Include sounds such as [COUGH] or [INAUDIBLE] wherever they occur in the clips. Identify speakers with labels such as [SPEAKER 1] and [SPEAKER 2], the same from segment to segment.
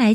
[SPEAKER 1] 来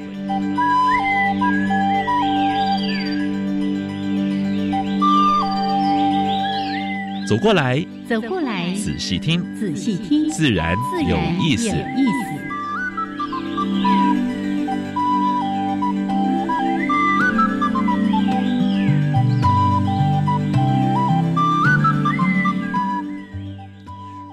[SPEAKER 2] 走过来，
[SPEAKER 1] 走过来，
[SPEAKER 2] 仔细听，
[SPEAKER 1] 仔细听，
[SPEAKER 2] 自然
[SPEAKER 1] 自然
[SPEAKER 2] 有意思。
[SPEAKER 1] 有意思。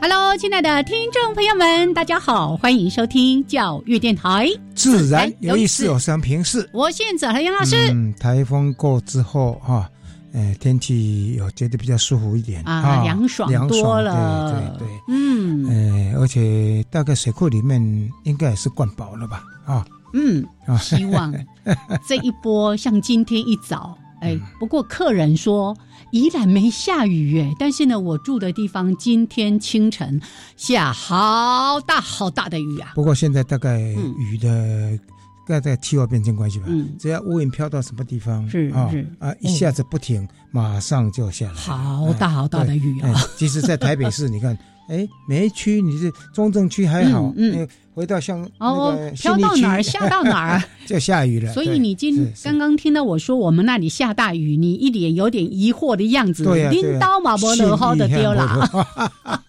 [SPEAKER 3] Hello，亲爱的听众朋友们，大家好，欢迎收听教育电台，
[SPEAKER 4] 自然有意思，有三平视。
[SPEAKER 3] 我是子和杨老师、
[SPEAKER 4] 嗯，台风过之后哈，呃，天气我觉得比较舒服一点
[SPEAKER 3] 啊，凉爽多了，
[SPEAKER 4] 凉爽对对对，
[SPEAKER 3] 嗯
[SPEAKER 4] 呃，而且大概水库里面应该也是灌饱了吧？啊
[SPEAKER 3] 嗯，
[SPEAKER 4] 啊，
[SPEAKER 3] 希
[SPEAKER 4] [LAUGHS]
[SPEAKER 3] 望这一波像今天一早，哎，
[SPEAKER 4] 嗯
[SPEAKER 3] 不过客人说宜兰没下雨耶，但是呢，我住的地方今天清晨下好大好大的雨啊，
[SPEAKER 4] 不过现在大概
[SPEAKER 3] 嗯
[SPEAKER 4] 雨的。大概气候变迁关系吧，
[SPEAKER 3] 嗯
[SPEAKER 4] 只要乌云飘到什么地方，
[SPEAKER 3] 是
[SPEAKER 4] 啊
[SPEAKER 3] 是
[SPEAKER 4] 啊，一下子不停，马上就下来了，
[SPEAKER 3] 好大好大的雨啊
[SPEAKER 4] 哎，其实，在台北市，你看，哎，每一区，你是中正区还好，
[SPEAKER 3] 嗯嗯
[SPEAKER 4] 哎回到像那
[SPEAKER 3] 哦
[SPEAKER 4] 个，信
[SPEAKER 3] 飘
[SPEAKER 4] 义
[SPEAKER 3] 到
[SPEAKER 4] 区
[SPEAKER 3] 哪儿下到哪儿。
[SPEAKER 4] 就下雨了。
[SPEAKER 3] 所以
[SPEAKER 4] [LAUGHS] 对
[SPEAKER 3] 你今
[SPEAKER 4] 是是
[SPEAKER 3] 刚刚听到我说我们那里下大雨，你一脸有点疑惑的样子，
[SPEAKER 4] 对呀、啊对
[SPEAKER 3] 拎
[SPEAKER 4] 呀
[SPEAKER 3] 刀马伯乐好的丢啦。。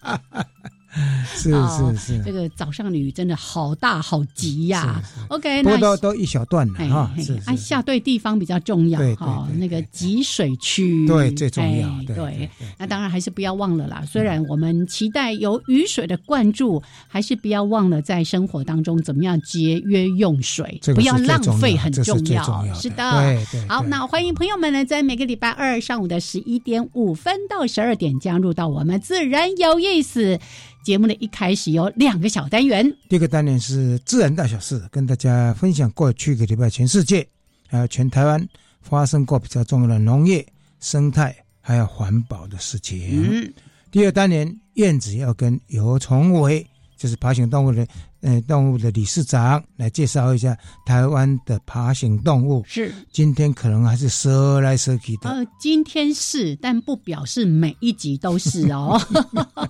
[SPEAKER 3] 哦 [LAUGHS]
[SPEAKER 4] 信义还没是是
[SPEAKER 3] 这
[SPEAKER 4] 是，
[SPEAKER 3] 个早上的雨真的好大好急呀、
[SPEAKER 4] 是是
[SPEAKER 3] OK，
[SPEAKER 4] 不过
[SPEAKER 3] 那
[SPEAKER 4] 都都一小段了
[SPEAKER 3] 哎
[SPEAKER 4] 哈，
[SPEAKER 3] 哎
[SPEAKER 4] 是
[SPEAKER 3] 啊，
[SPEAKER 4] 是是，
[SPEAKER 3] 下对地方比较重要
[SPEAKER 4] 对对
[SPEAKER 3] 哈、
[SPEAKER 4] 对
[SPEAKER 3] 那个
[SPEAKER 4] 对
[SPEAKER 3] 集水区
[SPEAKER 4] 对最重要
[SPEAKER 3] 哎，对
[SPEAKER 4] 对对。嗯
[SPEAKER 3] 那当然还是不要忘了啦。虽然我们期待有雨水的灌注，还是不要忘了在生活当中怎么样节约用水，
[SPEAKER 4] 这
[SPEAKER 3] 不
[SPEAKER 4] 个是
[SPEAKER 3] 要
[SPEAKER 4] 最
[SPEAKER 3] 浪
[SPEAKER 4] 重
[SPEAKER 3] 费，
[SPEAKER 4] 要
[SPEAKER 3] 很
[SPEAKER 4] 这是最重要
[SPEAKER 3] 是
[SPEAKER 4] 的
[SPEAKER 3] 的，
[SPEAKER 4] 对对
[SPEAKER 3] 好，
[SPEAKER 4] 对
[SPEAKER 3] 那欢迎朋友们呢，在每个礼拜二上午的十一点五分到十二点加入到我们自然有意思节目的一开始有两个小单元，
[SPEAKER 4] 第一个单元是自然大小事，跟大家分享过去一个礼拜全世界还有全台湾发生过比较重要的农业、生态还有环保的事情。
[SPEAKER 3] 嗯，
[SPEAKER 4] 第二单元，燕子要跟尤崇伟，就是爬行动物的呃动物的理事长来介绍一下台湾的爬行动物。
[SPEAKER 3] 是。
[SPEAKER 4] 今天可能还是蛇来蛇去的，
[SPEAKER 3] 呃，今天是，但不表示每一集都是哦。 [LAUGHS]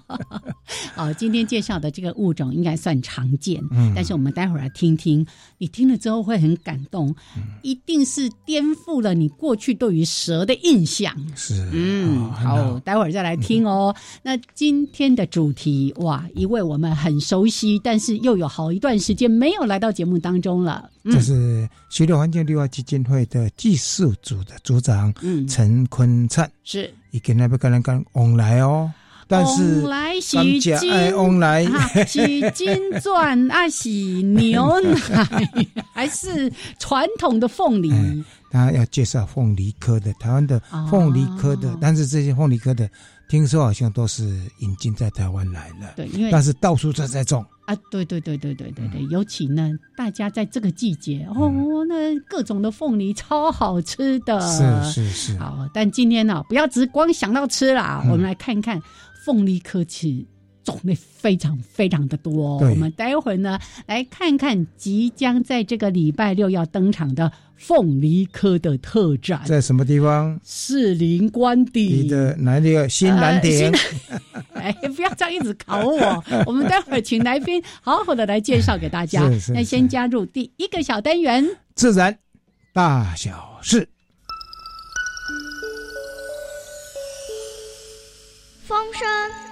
[SPEAKER 3] 哦，今天介绍的这个物种应该算常见，
[SPEAKER 4] 嗯
[SPEAKER 3] 但是我们待会儿来听听，你听了之后会很感动，
[SPEAKER 4] 嗯
[SPEAKER 3] 一定是颠覆了你过去对于蛇的印象。
[SPEAKER 4] 是
[SPEAKER 3] 嗯，
[SPEAKER 4] 哦很嗯
[SPEAKER 3] 好，待会儿再来听哦。那今天的主题哇，一位我们很熟悉，但是又有好一段时间没有来到节目当中了。嗯
[SPEAKER 4] 这是徐乐环境绿化基金会的技术组的组长
[SPEAKER 3] 嗯，
[SPEAKER 4] 陈坤灿，
[SPEAKER 3] 是，
[SPEAKER 4] 伊今天要跟咱讲往来哦，但是
[SPEAKER 3] 往来喜
[SPEAKER 4] 咱
[SPEAKER 3] 金
[SPEAKER 4] 们家哎爱往来，
[SPEAKER 3] 啊，洗金钻啊，洗牛奶，还是传统的凤梨
[SPEAKER 4] 哎他要介绍凤梨科的，台湾的凤梨科的，
[SPEAKER 3] 哦
[SPEAKER 4] 但是这些凤梨科的，听说好像都是引进在台湾来了，
[SPEAKER 3] 对，因为
[SPEAKER 4] 但是到处都在种，
[SPEAKER 3] 啊，对对对对对对对，
[SPEAKER 4] 嗯
[SPEAKER 3] 尤其呢，大家在这个季节哦，那各种的凤梨超好吃的，
[SPEAKER 4] 是是是，
[SPEAKER 3] 呃好，但今天呢、不要只光想到吃啦，
[SPEAKER 4] 嗯
[SPEAKER 3] 我们来看看凤梨科技。种类非常非常的多、哦，
[SPEAKER 4] 对
[SPEAKER 3] 我们待会儿呢来看看即将在这个礼拜六要登场的凤梨科的特展，
[SPEAKER 4] 在什么地方？
[SPEAKER 3] 士林官邸
[SPEAKER 4] 你的哪里有新
[SPEAKER 3] 哎呃
[SPEAKER 4] 蓝
[SPEAKER 3] 新
[SPEAKER 4] 田？
[SPEAKER 3] [LAUGHS] 哎，不要这样一直考
[SPEAKER 4] [LAUGHS]
[SPEAKER 3] 我。我们待会儿请来宾好好的来介绍给大家
[SPEAKER 4] 是。是
[SPEAKER 3] 那先加入第一个小单元，
[SPEAKER 4] 自然大小事。
[SPEAKER 5] 风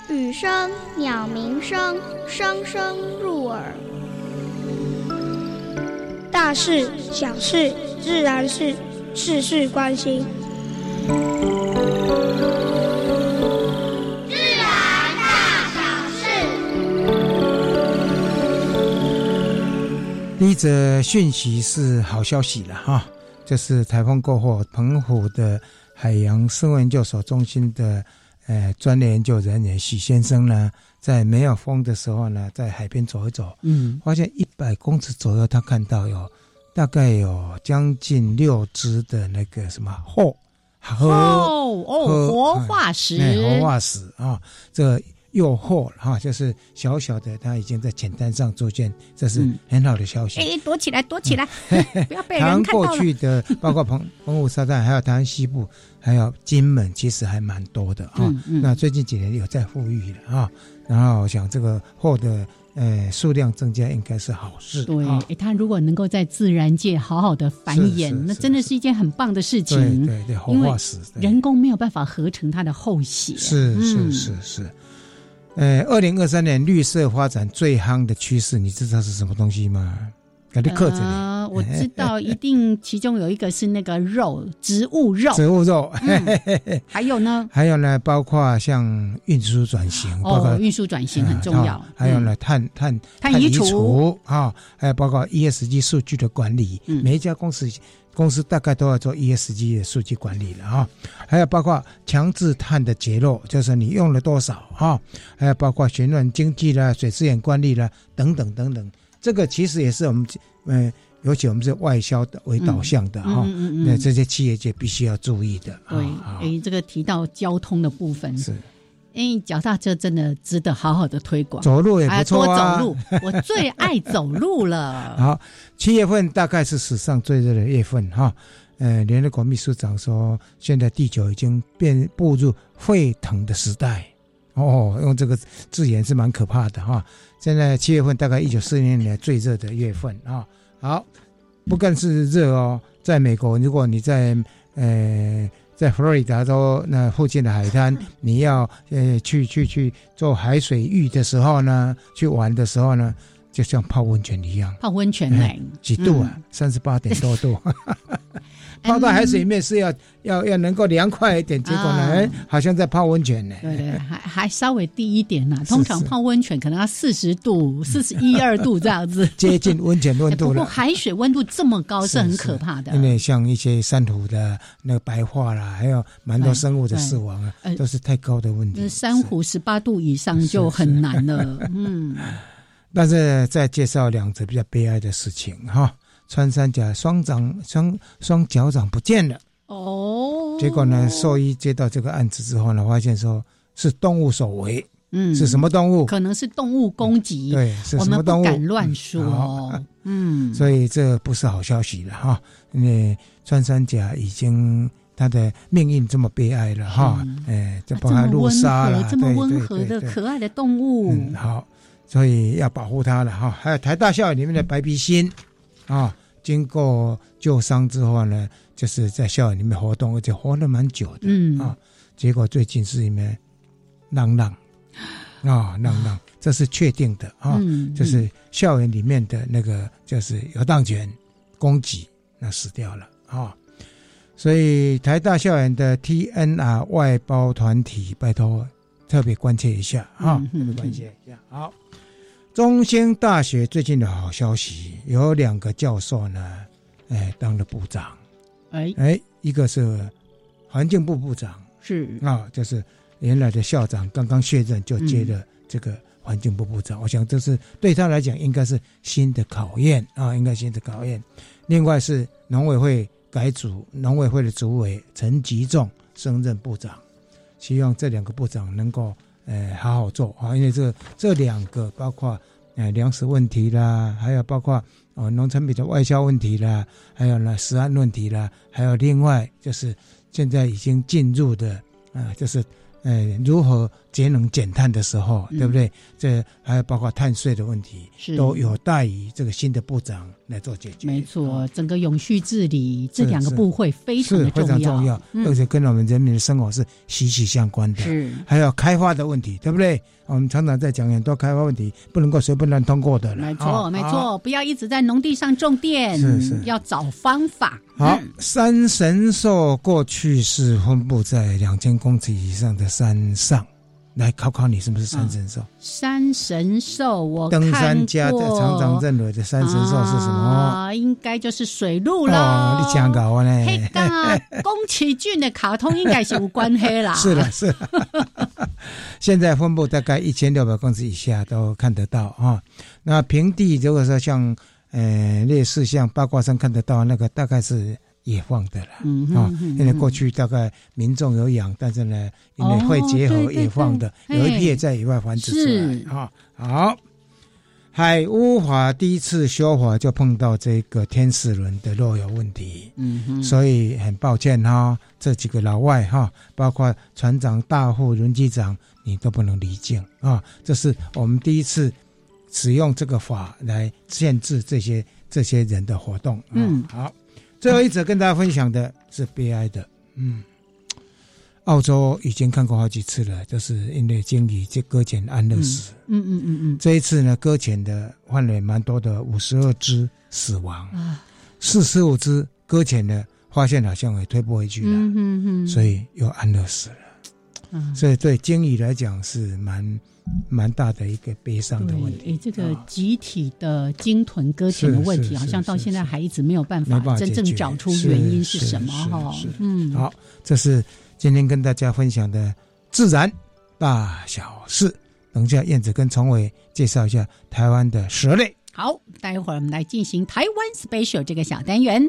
[SPEAKER 5] 声、雨声、鸟鸣声，声声入耳。
[SPEAKER 6] 大事、小事、自然是事事关心。
[SPEAKER 4] 第一则讯息是好消息了哈，就是台风过后，澎湖的海洋生物研究所中心的呃专业研究人员许先生呢，在没有风的时候呢，在海边走一走，
[SPEAKER 3] 嗯，
[SPEAKER 4] 发现一百公尺左右，他看到有大概有将近六只的那个什么后
[SPEAKER 3] 哦
[SPEAKER 4] 和
[SPEAKER 3] 哦，活化
[SPEAKER 4] 哎活
[SPEAKER 3] 石，
[SPEAKER 4] 化石啊，这又后哈、就是小小的，它已经在浅滩上出现，这是
[SPEAKER 3] 嗯
[SPEAKER 4] 很好的消息。
[SPEAKER 6] 哎，躲起来，躲起
[SPEAKER 4] [LAUGHS]
[SPEAKER 6] 来，不要被
[SPEAKER 4] 台
[SPEAKER 6] 人
[SPEAKER 4] 湾
[SPEAKER 6] 看到
[SPEAKER 4] 过
[SPEAKER 6] 了。
[SPEAKER 4] 去
[SPEAKER 3] [LAUGHS]
[SPEAKER 4] 的，包括澎澎湖沙滩，还有台湾西部，还有金门，其实还蛮多的啊、
[SPEAKER 3] 嗯嗯
[SPEAKER 4] 那最近几年有在富裕了啊、然后我想这个后的呃数量增加应该是好事
[SPEAKER 3] 对
[SPEAKER 4] 啊、，
[SPEAKER 3] 诶它如果能够在自然界好好的繁
[SPEAKER 4] 是
[SPEAKER 3] 衍
[SPEAKER 4] 是，
[SPEAKER 3] 那
[SPEAKER 4] 是
[SPEAKER 3] 真的
[SPEAKER 4] 是
[SPEAKER 3] 是一件很棒的事
[SPEAKER 4] 对
[SPEAKER 3] 情。
[SPEAKER 4] 对对，活
[SPEAKER 3] 因为
[SPEAKER 4] 化石对
[SPEAKER 3] 人工没有办法合成它的后血，
[SPEAKER 4] 是是
[SPEAKER 3] 嗯
[SPEAKER 4] 是是。呃，二零二三年绿色发展最夯的趋势，你知道是什么东西吗？感觉克制呢，
[SPEAKER 3] 啊，我知道，一定其中有一个是那个肉，植物呃肉，嗯
[SPEAKER 4] 植物肉，
[SPEAKER 3] 还有呢，
[SPEAKER 4] [LAUGHS] 还有呢，包括像运输转型，包括
[SPEAKER 3] 哦，运输转型很重要
[SPEAKER 4] 啊。还有
[SPEAKER 3] 嗯，
[SPEAKER 4] 呢，碳碳
[SPEAKER 3] 碳移除
[SPEAKER 4] 除啊，还有包括 ESG 数据的管理，
[SPEAKER 3] 嗯
[SPEAKER 4] 每一家公司公司大概都要做 ESG 的数据管理了啊。还有包括强制碳的节落，就是你用了多少啊，还有包括循环经济啦、水资源管理啦等等等等。这个其实也是我们嗯、尤其我们是外销的为导向的哈，
[SPEAKER 3] 嗯嗯
[SPEAKER 4] 那、
[SPEAKER 3] 嗯，
[SPEAKER 4] 这些企业界必须要注意的啊。
[SPEAKER 3] 对哎
[SPEAKER 4] 啊，
[SPEAKER 3] 诶，这个提到交通的部分，
[SPEAKER 4] 是
[SPEAKER 3] 诶，脚踏车真的值得好好的推广，
[SPEAKER 4] 走路也
[SPEAKER 3] 哎
[SPEAKER 4] 不错啊。
[SPEAKER 3] 多走
[SPEAKER 4] [LAUGHS]
[SPEAKER 3] 路，我最爱走路了。
[SPEAKER 4] 好，七月份大概是史上最热的月份哈。呃，联合国秘书长说，现在地球已经变步入沸腾的时代。哦，用这个字眼是蛮可怕的哈。现在七月份大概一九四零年来最热的月份啊。好，不但是热哦，在美国，如果你在呃在佛罗里达州那附近的海滩，你要呃去去去做海水浴的时候呢，去玩的时候呢，就像泡温泉一样。
[SPEAKER 3] 泡温泉呢，嗯
[SPEAKER 4] 几度啊？三十八点多
[SPEAKER 3] [LAUGHS]
[SPEAKER 4] 度，泡到海水里面是要要要能够凉快一点，结果呢，
[SPEAKER 3] 啊
[SPEAKER 4] 哎，好像在泡温泉
[SPEAKER 3] [LAUGHS]
[SPEAKER 4] 呢。
[SPEAKER 3] 对
[SPEAKER 4] [LAUGHS]
[SPEAKER 3] 对，还还稍微低一点呐。
[SPEAKER 4] 是
[SPEAKER 3] 通常
[SPEAKER 4] 是。
[SPEAKER 3] 泡温泉可能要四十度、四十一二度这样子
[SPEAKER 4] 接近温泉温
[SPEAKER 3] 哎不
[SPEAKER 4] 度
[SPEAKER 3] 过
[SPEAKER 4] 了。
[SPEAKER 3] 海水温度这么高
[SPEAKER 4] 是
[SPEAKER 3] 是很可怕的。
[SPEAKER 4] 因为像一些珊瑚的那个白化啦，还有蛮多生物的死亡啊
[SPEAKER 3] 对，对
[SPEAKER 4] 都是太高的问
[SPEAKER 3] 哎那
[SPEAKER 4] 题。
[SPEAKER 3] 珊瑚十八度以上就很难了。嗯，
[SPEAKER 4] 但是再介绍两则比较悲哀的事情哈，穿山甲双掌双双脚掌不见了。
[SPEAKER 3] 哦，
[SPEAKER 4] 结果呢，兽医接到这个案子之后呢，发现说是动物所为，
[SPEAKER 3] 嗯
[SPEAKER 4] 是什
[SPEAKER 3] 么？
[SPEAKER 4] 么动物？
[SPEAKER 3] 可能是动物攻击，
[SPEAKER 4] 对，是
[SPEAKER 3] 我
[SPEAKER 4] 什么
[SPEAKER 3] 们
[SPEAKER 4] 动
[SPEAKER 3] 不
[SPEAKER 4] 物？
[SPEAKER 3] 敢乱
[SPEAKER 4] 嗯好
[SPEAKER 3] 说。嗯，
[SPEAKER 4] 所以这不是好消息了哈。那穿山甲已经它的命运这么悲哀了哈
[SPEAKER 3] 嗯，
[SPEAKER 4] 哎，这
[SPEAKER 3] 啊
[SPEAKER 4] 包含
[SPEAKER 3] 这么
[SPEAKER 4] 路
[SPEAKER 3] 温
[SPEAKER 4] 杀了
[SPEAKER 3] 和、，这么
[SPEAKER 4] 对
[SPEAKER 3] 温和的、
[SPEAKER 4] 对对对
[SPEAKER 3] 可爱的动物，
[SPEAKER 4] 嗯，好，所以要保护它了哈。还有台大校园里面的白鼻心啊，经过救伤之后呢，就是在校园里面活动，而且活了蛮久的，
[SPEAKER 3] 嗯
[SPEAKER 4] 啊，结果最近是里面浪浪啊，浪浪，这是确定的啊。
[SPEAKER 3] 嗯，
[SPEAKER 4] 就是校园里面的那个就是游荡犬攻击，那死掉了啊、所以台大校园的 TNR 外包团体，拜托特别关切一下啊、
[SPEAKER 3] 嗯
[SPEAKER 4] 特别关切一下。好，中兴大学最近的好消息，有两个教授呢，哎，当了部长，
[SPEAKER 3] 哎
[SPEAKER 4] 哎，一个是环境部部长
[SPEAKER 3] 是
[SPEAKER 4] 啊、就是原来的校长刚刚卸任就接了这个环境部部长，我想这是对他来讲应该是新的考验啊，应该新的考验。另外是农委会改组，农委会的主委陈吉仲升任部长，希望这两个部长能够呃好好做啊，因为这这两个包括呃粮食问题啦，还有包括呃农产品的外销问题啦，还有呢食安问题啦，还有另外就是现在已经进入的啊、就是呃如何节能减碳的时候，
[SPEAKER 3] 嗯
[SPEAKER 4] 对不对？这还有包括碳税的问题，
[SPEAKER 3] 是
[SPEAKER 4] 都有待于这个新的部长来做解决。
[SPEAKER 3] 没
[SPEAKER 4] 啊
[SPEAKER 3] 错，整个永续治理这
[SPEAKER 4] 是
[SPEAKER 3] 两个
[SPEAKER 4] 是
[SPEAKER 3] 部会非常
[SPEAKER 4] 是
[SPEAKER 3] 的
[SPEAKER 4] 非常重要，而
[SPEAKER 3] 嗯，
[SPEAKER 4] 且跟我们人民的生活是息息相关的。
[SPEAKER 3] 是
[SPEAKER 4] 还有开发的问题，对不对？我们常常在讲很多开发问题不能够随便乱通过的了。
[SPEAKER 3] 没
[SPEAKER 4] 啊
[SPEAKER 3] 错没。错，不要一直在农地上种电，
[SPEAKER 4] 是是
[SPEAKER 3] 要找方法。嗯
[SPEAKER 4] 好，好山神兽过去是分布在两千公尺以上的山上，来考考你是不是山神兽？
[SPEAKER 3] 山神兽，哦我
[SPEAKER 4] 登山
[SPEAKER 3] 看
[SPEAKER 4] 家在
[SPEAKER 3] 过
[SPEAKER 4] 常常认为的山神兽是什么？
[SPEAKER 3] 啊？应该就是水鹿
[SPEAKER 4] 哦
[SPEAKER 3] 啦。，
[SPEAKER 4] 你讲搞呢？
[SPEAKER 3] 嘿，跟啊，宫崎骏的卡通应该是有关系啦。
[SPEAKER 4] 是的，，是的。 [LAUGHS] 现在分布大概一千六百公尺以下都看得到啊。那平地如果说像呃呃类似像八卦山看得到那个，大概是野放的了。
[SPEAKER 3] 嗯哼
[SPEAKER 4] 啊、
[SPEAKER 3] 嗯哼
[SPEAKER 4] 因为过去大概民众有养，但是呢，因为会结
[SPEAKER 3] 哦对
[SPEAKER 4] 合
[SPEAKER 3] 对
[SPEAKER 4] 野放的，
[SPEAKER 3] 对
[SPEAKER 4] 有一批也在野外繁殖
[SPEAKER 3] 是
[SPEAKER 4] 出来。哈、好，海巫法第一次修法就碰到这个天使轮的漏油问题，
[SPEAKER 3] 嗯哼，
[SPEAKER 4] 所以很抱歉哈、这几个老外哈、包括船长、大副、轮机长，你都不能离境啊、这是我们第一次使用这个法来限制这些这些人的活动。啊
[SPEAKER 3] 嗯
[SPEAKER 4] 好，最后一则跟大家分享的是悲哀的，嗯。澳洲已经看过好几次了，就是因为鲸鱼这搁浅安乐死。
[SPEAKER 3] 嗯嗯嗯
[SPEAKER 4] 这一次呢，搁浅的患了蛮多的，五十二只死亡
[SPEAKER 3] 嗯，啊，
[SPEAKER 4] 四十五只搁浅的，发现好像也推不回去了，
[SPEAKER 3] 嗯哼哼，
[SPEAKER 4] 所以又安乐死了。
[SPEAKER 3] 啊
[SPEAKER 4] 所以对鲸鱼来讲是蛮蛮大的一个悲伤的问
[SPEAKER 3] 对，
[SPEAKER 4] 题
[SPEAKER 3] 诶。这个
[SPEAKER 4] 啊
[SPEAKER 3] 集体的鲸豚搁浅的
[SPEAKER 4] 是
[SPEAKER 3] 问
[SPEAKER 4] 哦是
[SPEAKER 3] 题，好
[SPEAKER 4] 是
[SPEAKER 3] 像到
[SPEAKER 4] 是
[SPEAKER 3] 现在
[SPEAKER 4] 是
[SPEAKER 3] 还一直没有办
[SPEAKER 4] 没办
[SPEAKER 3] 法
[SPEAKER 4] 法
[SPEAKER 3] 真
[SPEAKER 4] 解
[SPEAKER 3] 正
[SPEAKER 4] 决
[SPEAKER 3] 找出
[SPEAKER 4] 是
[SPEAKER 3] 原因是
[SPEAKER 4] 是
[SPEAKER 3] 什么
[SPEAKER 4] 是
[SPEAKER 3] 哈
[SPEAKER 4] 是。
[SPEAKER 3] 嗯，
[SPEAKER 4] 好，这是今天跟大家分享的自然大小事。等一下，燕子跟崇伟介绍一下台湾的蛇类。
[SPEAKER 3] 好，待会儿我们来进行台湾 special 这个小单元。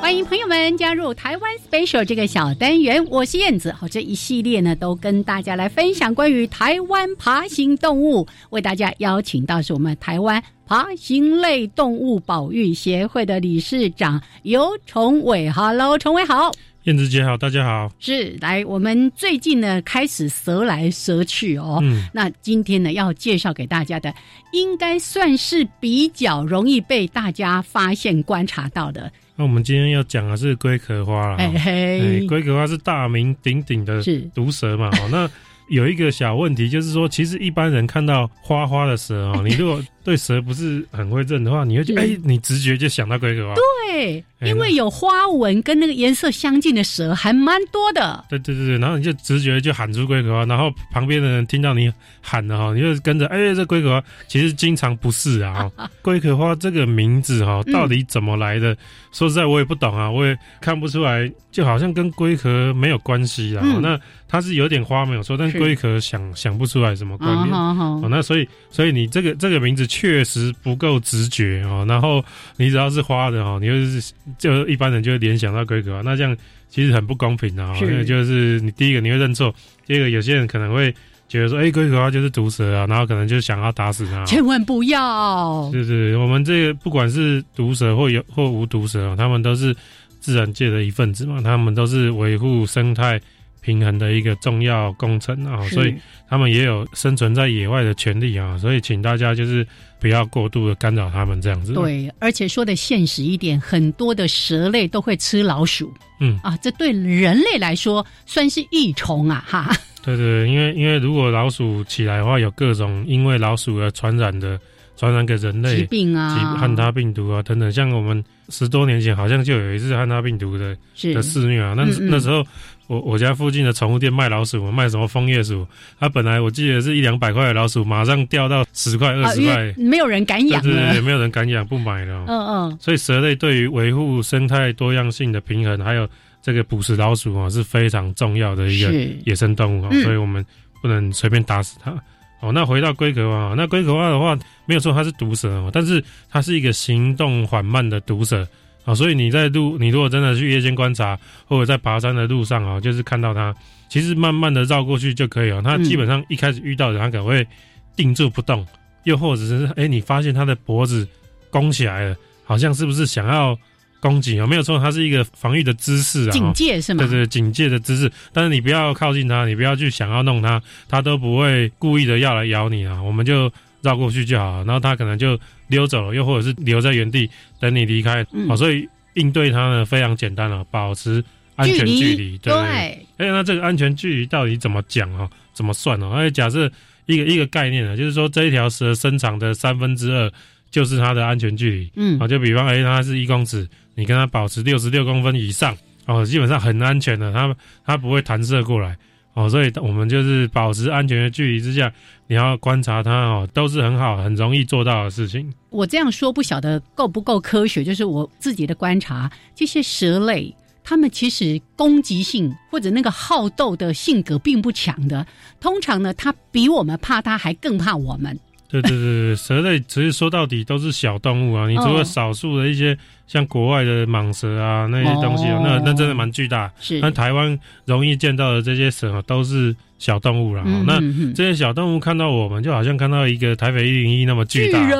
[SPEAKER 3] 欢迎朋友们加入台湾 Special 这个小单元，我是燕子。好，这一系列呢都跟大家来分享关于台湾爬行动物，为大家邀请到是我们台湾爬行类动物保育协会的理事长尤崇伟。Hello，崇伟好。
[SPEAKER 7] 燕子姐好，大家好。
[SPEAKER 3] 是，来，我们最近呢开始蛇来蛇去哦。
[SPEAKER 7] 嗯，
[SPEAKER 3] 那今天呢，要介绍给大家的，应该算是比较容易被大家发现、观察到的。
[SPEAKER 7] 那我们今天要讲的是龟壳花啦。
[SPEAKER 3] 哎
[SPEAKER 7] 哎
[SPEAKER 3] 嘿，
[SPEAKER 7] 龟壳花是大名鼎鼎的
[SPEAKER 3] 是
[SPEAKER 7] 毒蛇嘛。哦，那有一个小问题就是说，其实一般人看到花花的蛇
[SPEAKER 3] [LAUGHS]
[SPEAKER 7] 哦，你如果对蛇不是很会认的话，你会觉得哎、
[SPEAKER 3] 是
[SPEAKER 7] 你直觉就想到龟壳花。
[SPEAKER 3] 对，
[SPEAKER 7] 哎
[SPEAKER 3] 因为有花纹跟那个颜色相近的蛇还蛮多的。
[SPEAKER 7] 对对对对，然后你就直觉就喊出龟壳花，然后旁边的人听到你喊了哈，你就跟着哎、这龟壳花其实经常不是
[SPEAKER 3] [LAUGHS]
[SPEAKER 7] 啊。哦龟壳花这个名字哈，
[SPEAKER 3] 嗯
[SPEAKER 7] 到底怎么来的？说实在我也不懂啊，我也看不出来，就好像跟龟壳没有关系啊。哦
[SPEAKER 3] 嗯
[SPEAKER 7] 那它是有点花没有错，但
[SPEAKER 3] 是
[SPEAKER 7] 龟壳想想不出来什么关联。
[SPEAKER 3] 啊好
[SPEAKER 7] 哦，
[SPEAKER 3] 好，
[SPEAKER 7] 那所以所以你这个这个名字确实不够直觉哦，然后你只要是花的哦，你就是就一般人就会联想到龟壳花，那这样其实很不公平的哦，
[SPEAKER 3] 是
[SPEAKER 7] 因为就是你第一个你会认错，第二个有些人可能会觉得说，哎、龟壳花就是毒蛇啊，然后可能就想要打死它、
[SPEAKER 3] 千万不要。
[SPEAKER 7] 对对，对我们这个不管是毒蛇或有或无毒蛇哦，他们都是自然界的一份子嘛，他们都是维护生态平衡的一个重要工程啊、哦，
[SPEAKER 3] 是
[SPEAKER 7] 所以他们也有生存在野外的权利啊，所以请大家就是不要过度的干扰他们这样子。，
[SPEAKER 3] 对，而且说的现实一点，很多的蛇类都会吃老鼠。
[SPEAKER 7] 嗯
[SPEAKER 3] 啊，这对人类来说算是益虫啊，哈。
[SPEAKER 7] 对对对，因为因为如果老鼠起来的话，有各种因为老鼠而传染的传染给人类
[SPEAKER 3] 疾病啊，
[SPEAKER 7] 及汉他病毒啊等等，像我们十多年前好像就有一次汉他病毒的
[SPEAKER 3] 是
[SPEAKER 7] 的肆虐啊。那
[SPEAKER 3] 嗯嗯
[SPEAKER 7] 那时候我我家附近的宠物店卖老鼠，卖什么枫叶鼠，它本来我记得是一两百块的老鼠，马上掉到十块二
[SPEAKER 3] 啊，
[SPEAKER 7] 十
[SPEAKER 3] 因
[SPEAKER 7] 块
[SPEAKER 3] 为，没有人敢
[SPEAKER 7] 对
[SPEAKER 3] 养
[SPEAKER 7] 对对，对
[SPEAKER 3] 了。
[SPEAKER 7] 没有人敢养，不买了哦。
[SPEAKER 3] 嗯嗯，
[SPEAKER 7] 所以蛇类对于维护生态多样性的平衡，还有这个捕食老鼠啊、是非常重要的一个
[SPEAKER 3] 是
[SPEAKER 7] 野生动物啊、
[SPEAKER 3] 嗯
[SPEAKER 7] 所以我们不能随便打死它。哦，那回到龟壳蛙，那龟壳蛙的话，没有错，它是毒蛇哦，但是它是一个行动缓慢的毒蛇啊、哦，所以你在路，你如果真的去夜间观察，或者在爬山的路上啊、哦，就是看到它，其实慢慢的绕过去就可以了。它
[SPEAKER 3] 嗯
[SPEAKER 7] 基本上一开始遇到人，它可能会定住不动，又或者是哎，你发现它的脖子弓起来了，好像是不是想要攻击啊、哦？没有错，它是一个防御的姿势啊、哦，
[SPEAKER 3] 警戒是吗？
[SPEAKER 7] 对对，警戒的姿势，但是你不要靠近它，你不要去想要弄它，它都不会故意的要来咬你啊，我们就绕过去就好了。然后它可能就溜走了，又或者是留在原地等你离开。
[SPEAKER 3] 嗯
[SPEAKER 7] 好、所以应对它呢非常简单了、保持安全距离。
[SPEAKER 3] 嗯对，
[SPEAKER 7] 哎，那这个安全距离到底怎么讲哦？怎么算哦？哎，假设一个一个概念啊，就是说这一条蛇身长的三分之二就是它的安全距离。
[SPEAKER 3] 嗯
[SPEAKER 7] 啊，就比方，哎、它是一公尺，你跟它保持六十六公分以上，哦，基本上很安全的，它它不会弹射过来，哦，所以我们就是保持安全的距离之下，你要观察它哦，都是很好、很容易做到的事情。
[SPEAKER 3] 我这样说不晓得够不够科学，就是我自己的观察，这些蛇类。它们其实攻击性或者那个好斗的性格并不强的，通常呢，它比我们怕它还更怕我们。
[SPEAKER 7] 对对对对，蛇类其实说到底都是小动物啊，你除了
[SPEAKER 3] 哦
[SPEAKER 7] 少数的一些像国外的蟒蛇啊那些东西啊，
[SPEAKER 3] 哦
[SPEAKER 7] 那那真的蛮巨大。
[SPEAKER 3] 是，
[SPEAKER 7] 那台湾容易见到的这些蛇、啊、都是小动物啦，哦
[SPEAKER 3] 嗯
[SPEAKER 7] 那
[SPEAKER 3] 嗯嗯
[SPEAKER 7] 这些小动物看到我们，就好像看到一个台北一零一那么巨
[SPEAKER 3] 巨
[SPEAKER 7] 大，
[SPEAKER 3] 人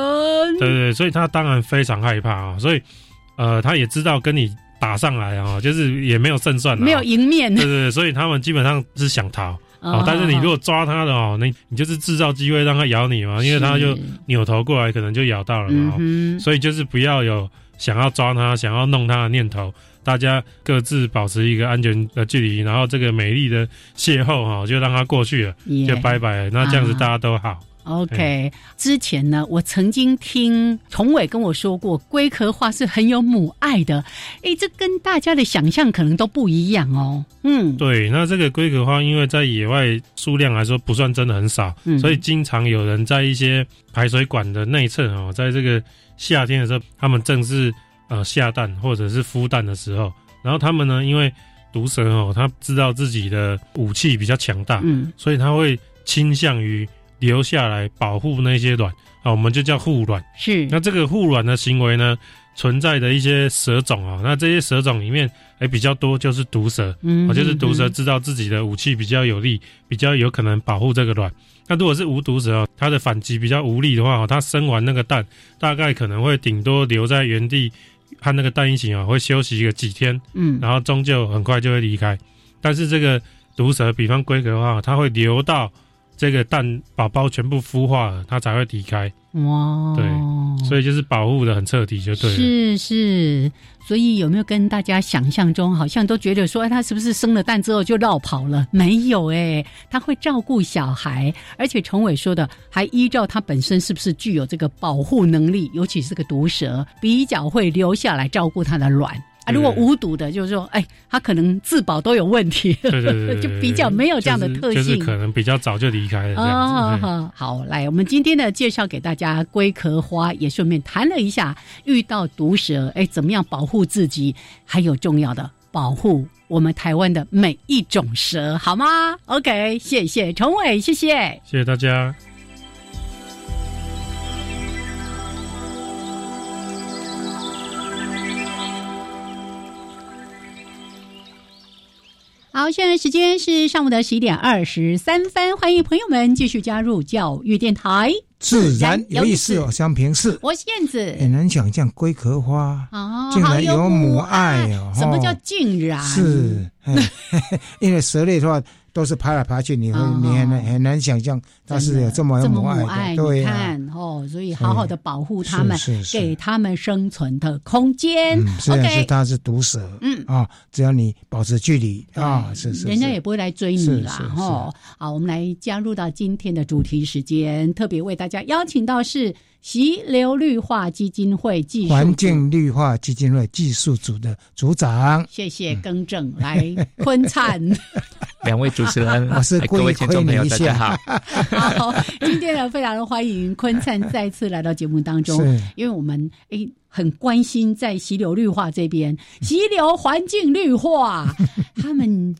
[SPEAKER 7] 对对对，所以它当然非常害怕啊、所以呃，它也知道跟你打上来啊、就是也没有胜算、啊，
[SPEAKER 3] 没有
[SPEAKER 7] 对
[SPEAKER 3] 迎面
[SPEAKER 7] 对对，所以他们基本上是想逃啊、
[SPEAKER 3] [LAUGHS] 哦
[SPEAKER 7] 但是你如果抓它的哦，那你就是制造机会让它咬你嘛，因为它就是扭头过来，可能就咬到了
[SPEAKER 3] 嗯
[SPEAKER 7] 嘛、哦
[SPEAKER 3] 哼，
[SPEAKER 7] 所以就是不要有想要抓它、想要弄它的念头，大家各自保持一个安全的距离，然后这个美丽的邂逅哈、就让它过去了。
[SPEAKER 3] 也
[SPEAKER 7] 就拜拜
[SPEAKER 3] 啊
[SPEAKER 7] 了。那这样子大家都好。
[SPEAKER 3] 嗯 OK，之前呢，我曾经听崇伟跟我说过，龟壳话是很有母爱的。诶，这跟大家的想象可能都不一样哦。嗯，
[SPEAKER 7] 对，那这个龟壳花，因为在野外数量来说不算真的很少，
[SPEAKER 3] 嗯
[SPEAKER 7] 所以经常有人在一些排水管的内侧哦，在这个夏天的时候，他们正是呃下蛋或者是孵蛋的时候，然后他们呢，因为毒蛇哦，它知道自己的武器比较强大，
[SPEAKER 3] 嗯，
[SPEAKER 7] 所以它会倾向于留下来保护那些卵啊，我们就叫护卵。
[SPEAKER 3] 是
[SPEAKER 7] 那这个护卵的行为呢，存在的一些蛇种啊、那这些蛇种里面，哎、比较多就是毒蛇，
[SPEAKER 3] 嗯
[SPEAKER 7] 哦，就是毒蛇
[SPEAKER 3] 嗯
[SPEAKER 7] 知道自己的武器比较有力，比较有可能保护这个卵。那如果是无毒蛇哦，它的反击比较无力的话哦，它生完那个蛋，大概可能会顶多留在原地和那个蛋一起啊、哦，会休息个几天，
[SPEAKER 3] 嗯，
[SPEAKER 7] 然后终究很快就会离开。但是这个毒蛇，比方龟壳的话哦，它会留到这个蛋宝宝全部孵化了，它才会离开。
[SPEAKER 3] 哇，
[SPEAKER 7] 对所以就是保护的很彻底就对
[SPEAKER 3] 嗯
[SPEAKER 7] 了。
[SPEAKER 3] 是是，所以有没有跟大家想象中，好像都觉得说，哎，他是不是生了蛋之后就绕跑了？没有哎、他会照顾小孩，而且崇伟说的，还依照他本身是不是具有这个保护能力，尤其是个毒蛇，比较会留下来照顾他的卵。啊，如果
[SPEAKER 7] 对
[SPEAKER 3] 无毒的，就是说，哎，他可能自保都有问题， [LAUGHS]
[SPEAKER 7] 对对对对对
[SPEAKER 3] 就比较没有这样的
[SPEAKER 7] 就是
[SPEAKER 3] 特性。
[SPEAKER 7] 就是可能比较早就离开了 [LAUGHS] 这样子。对哎嗯
[SPEAKER 3] 哦，好，来，我们今天呢介绍给大家龟壳花，也顺便谈了一下遇到毒蛇，哎，怎么样保护自己，还有重要的保护我们台湾的每一种蛇，好吗？OK，谢谢崇伟，谢谢。
[SPEAKER 7] 谢谢大家。
[SPEAKER 3] 好，现在时间是上午的十一点二十三分，欢迎朋友们继续加入教育电台，
[SPEAKER 4] 自然有意思，我想平视，
[SPEAKER 3] 我是燕子。
[SPEAKER 4] 很难想象龟壳花
[SPEAKER 3] 哦，
[SPEAKER 4] 嗯竟
[SPEAKER 3] 好
[SPEAKER 4] 然有母爱哦
[SPEAKER 3] 什么叫
[SPEAKER 4] 哦
[SPEAKER 3] 竟然？
[SPEAKER 4] 是，嘿 [LAUGHS] 因为蛇类的话都是爬来爬去，你会
[SPEAKER 3] 哦
[SPEAKER 4] 你很难很难想象它是有这么有
[SPEAKER 3] 真的这
[SPEAKER 4] 母
[SPEAKER 3] 么
[SPEAKER 4] 爱的，对
[SPEAKER 3] 你
[SPEAKER 4] 呀，
[SPEAKER 3] 看哦，所以好好的保护他们，
[SPEAKER 4] 是是是
[SPEAKER 3] 给他们生存的空间。
[SPEAKER 4] 嗯，虽然是
[SPEAKER 3] OK，
[SPEAKER 4] 它是毒蛇，
[SPEAKER 3] 嗯
[SPEAKER 4] 啊，只要你保持距离啊，是是，
[SPEAKER 3] 人家
[SPEAKER 4] 是
[SPEAKER 3] 也不会来追你
[SPEAKER 4] 是
[SPEAKER 3] 啦
[SPEAKER 4] 是，
[SPEAKER 3] 吼！好，我们来加入到今天的主题时间，特别为大家邀请到是溪流绿化基金会技术
[SPEAKER 4] 环
[SPEAKER 3] 组
[SPEAKER 4] 境绿化基金会技术组的组长，
[SPEAKER 3] 谢谢更正，来坤
[SPEAKER 4] [LAUGHS]
[SPEAKER 3] 灿。
[SPEAKER 8] 两位主持人，
[SPEAKER 4] 我是
[SPEAKER 8] 哎
[SPEAKER 4] 故意
[SPEAKER 8] 各位听众朋友，
[SPEAKER 4] 亏你一
[SPEAKER 8] 大
[SPEAKER 4] 下
[SPEAKER 8] 家好。
[SPEAKER 3] 好，今天呢非常欢迎坤灿再次来到节目当中
[SPEAKER 4] 是，
[SPEAKER 3] 因为我们诶很关心在溪流绿化这边，溪流环境绿化， [LAUGHS] 他们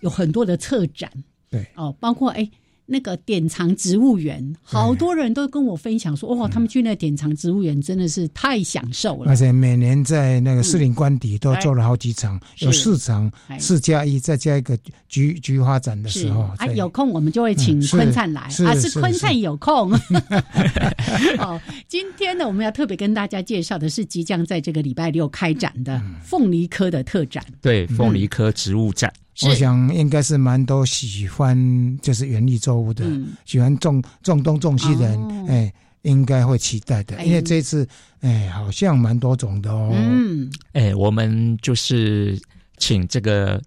[SPEAKER 3] 有很多的策展，
[SPEAKER 4] [LAUGHS] 对
[SPEAKER 3] 哦，包括诶。那个典藏植物园，好多人都跟我分享说，哇，他
[SPEAKER 4] 嗯
[SPEAKER 3] 们去那典藏植物园真的是太享受了
[SPEAKER 4] 而。且每年在那个士林官邸都
[SPEAKER 3] 哎
[SPEAKER 4] 做了好几场，有
[SPEAKER 3] 是
[SPEAKER 4] 四场
[SPEAKER 3] 哎
[SPEAKER 4] 四加一，再加一个菊菊花展的
[SPEAKER 3] 是
[SPEAKER 4] 时候，
[SPEAKER 3] 啊，
[SPEAKER 4] 在
[SPEAKER 3] 有空我们就会请
[SPEAKER 4] 嗯是
[SPEAKER 3] 坤灿来
[SPEAKER 4] 是
[SPEAKER 3] 啊，
[SPEAKER 4] 是
[SPEAKER 3] 是坤
[SPEAKER 4] 是
[SPEAKER 3] 灿有空。 [LAUGHS] 哦，今天呢，我们要特别跟大家介绍的是即将在这个礼拜六开展的
[SPEAKER 4] 嗯
[SPEAKER 3] 凤梨科的特展，
[SPEAKER 8] 对，凤梨科植物展，
[SPEAKER 4] 我
[SPEAKER 3] 是
[SPEAKER 4] 想应该是蛮多喜欢就是园艺作物的，
[SPEAKER 3] 嗯
[SPEAKER 4] 喜欢种种东种西的人，
[SPEAKER 3] 哦
[SPEAKER 4] 哎，应该会期待的，
[SPEAKER 3] 哎
[SPEAKER 4] 因为这次哎好像蛮哦多种的哦，
[SPEAKER 3] 嗯
[SPEAKER 8] 哎，我们就是请这个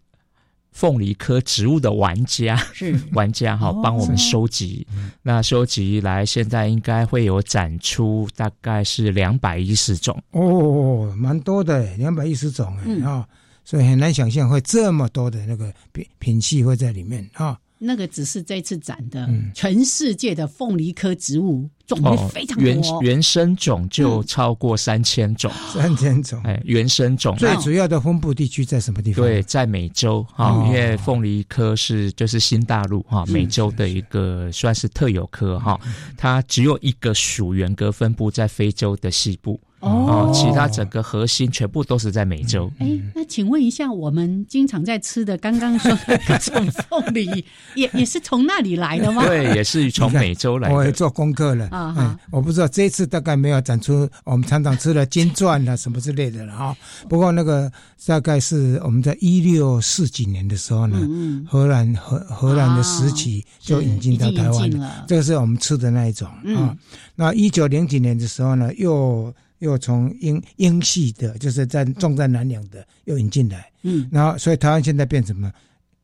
[SPEAKER 8] 凤梨科植物的玩家， [LAUGHS]
[SPEAKER 3] 是
[SPEAKER 8] 玩家哈
[SPEAKER 3] 哦，
[SPEAKER 8] 帮我们收集。那收集来，现在应该会有展出，大概是两百一十种。
[SPEAKER 4] 哦，蛮多的，两百一十种哎啊、
[SPEAKER 3] 嗯
[SPEAKER 4] 所以很难想象会这么多的那个品品系会在里面啊、
[SPEAKER 3] 那个只是这次展的，
[SPEAKER 4] 嗯
[SPEAKER 3] 全世界的凤梨科植物
[SPEAKER 8] 嗯
[SPEAKER 3] 种类非常
[SPEAKER 8] 原
[SPEAKER 3] 多，
[SPEAKER 8] 哦原生种就超过三千种，
[SPEAKER 4] 三千种。
[SPEAKER 8] 哎，原生种
[SPEAKER 4] 最主要的分布地区在什么地方？
[SPEAKER 8] 对，，在美洲哈、
[SPEAKER 4] 嗯
[SPEAKER 8] 因为凤梨科是就是新大陆哈、
[SPEAKER 4] 是
[SPEAKER 8] 美洲的一个算是特有科哈、它只有一个属原格分布在非洲的西部
[SPEAKER 3] 哦
[SPEAKER 8] 哦，其嗯他整个核心全部都是在美洲。
[SPEAKER 3] 哎，那请问一下，我们经常在吃的刚刚说的各种凤梨， [LAUGHS] 也也是从那里来的吗？
[SPEAKER 8] 对，也是从
[SPEAKER 4] 你看
[SPEAKER 8] 美洲来
[SPEAKER 4] 嗯 [LAUGHS] 我也
[SPEAKER 8] 的。
[SPEAKER 4] 做功课了
[SPEAKER 3] 啊
[SPEAKER 4] 哎
[SPEAKER 3] 哈
[SPEAKER 4] 我不知道这一次大概没有展出我们常常吃的金钻啊什么之类的了啊。不过那个大概是我们在一六四几年的时候呢，
[SPEAKER 3] 嗯嗯，
[SPEAKER 4] 荷兰荷荷兰的时期就引进
[SPEAKER 3] 啊
[SPEAKER 4] 到
[SPEAKER 3] 是已经
[SPEAKER 4] 台湾
[SPEAKER 3] 引进
[SPEAKER 4] 了。
[SPEAKER 3] 了，
[SPEAKER 4] 这个是我们吃的那一种啊、
[SPEAKER 3] 嗯
[SPEAKER 4] 那一九零几年的时候呢，又又从英英系的，就是在种在南洋的，又引进来。
[SPEAKER 3] 嗯
[SPEAKER 4] 然后，所以台湾现在变什么？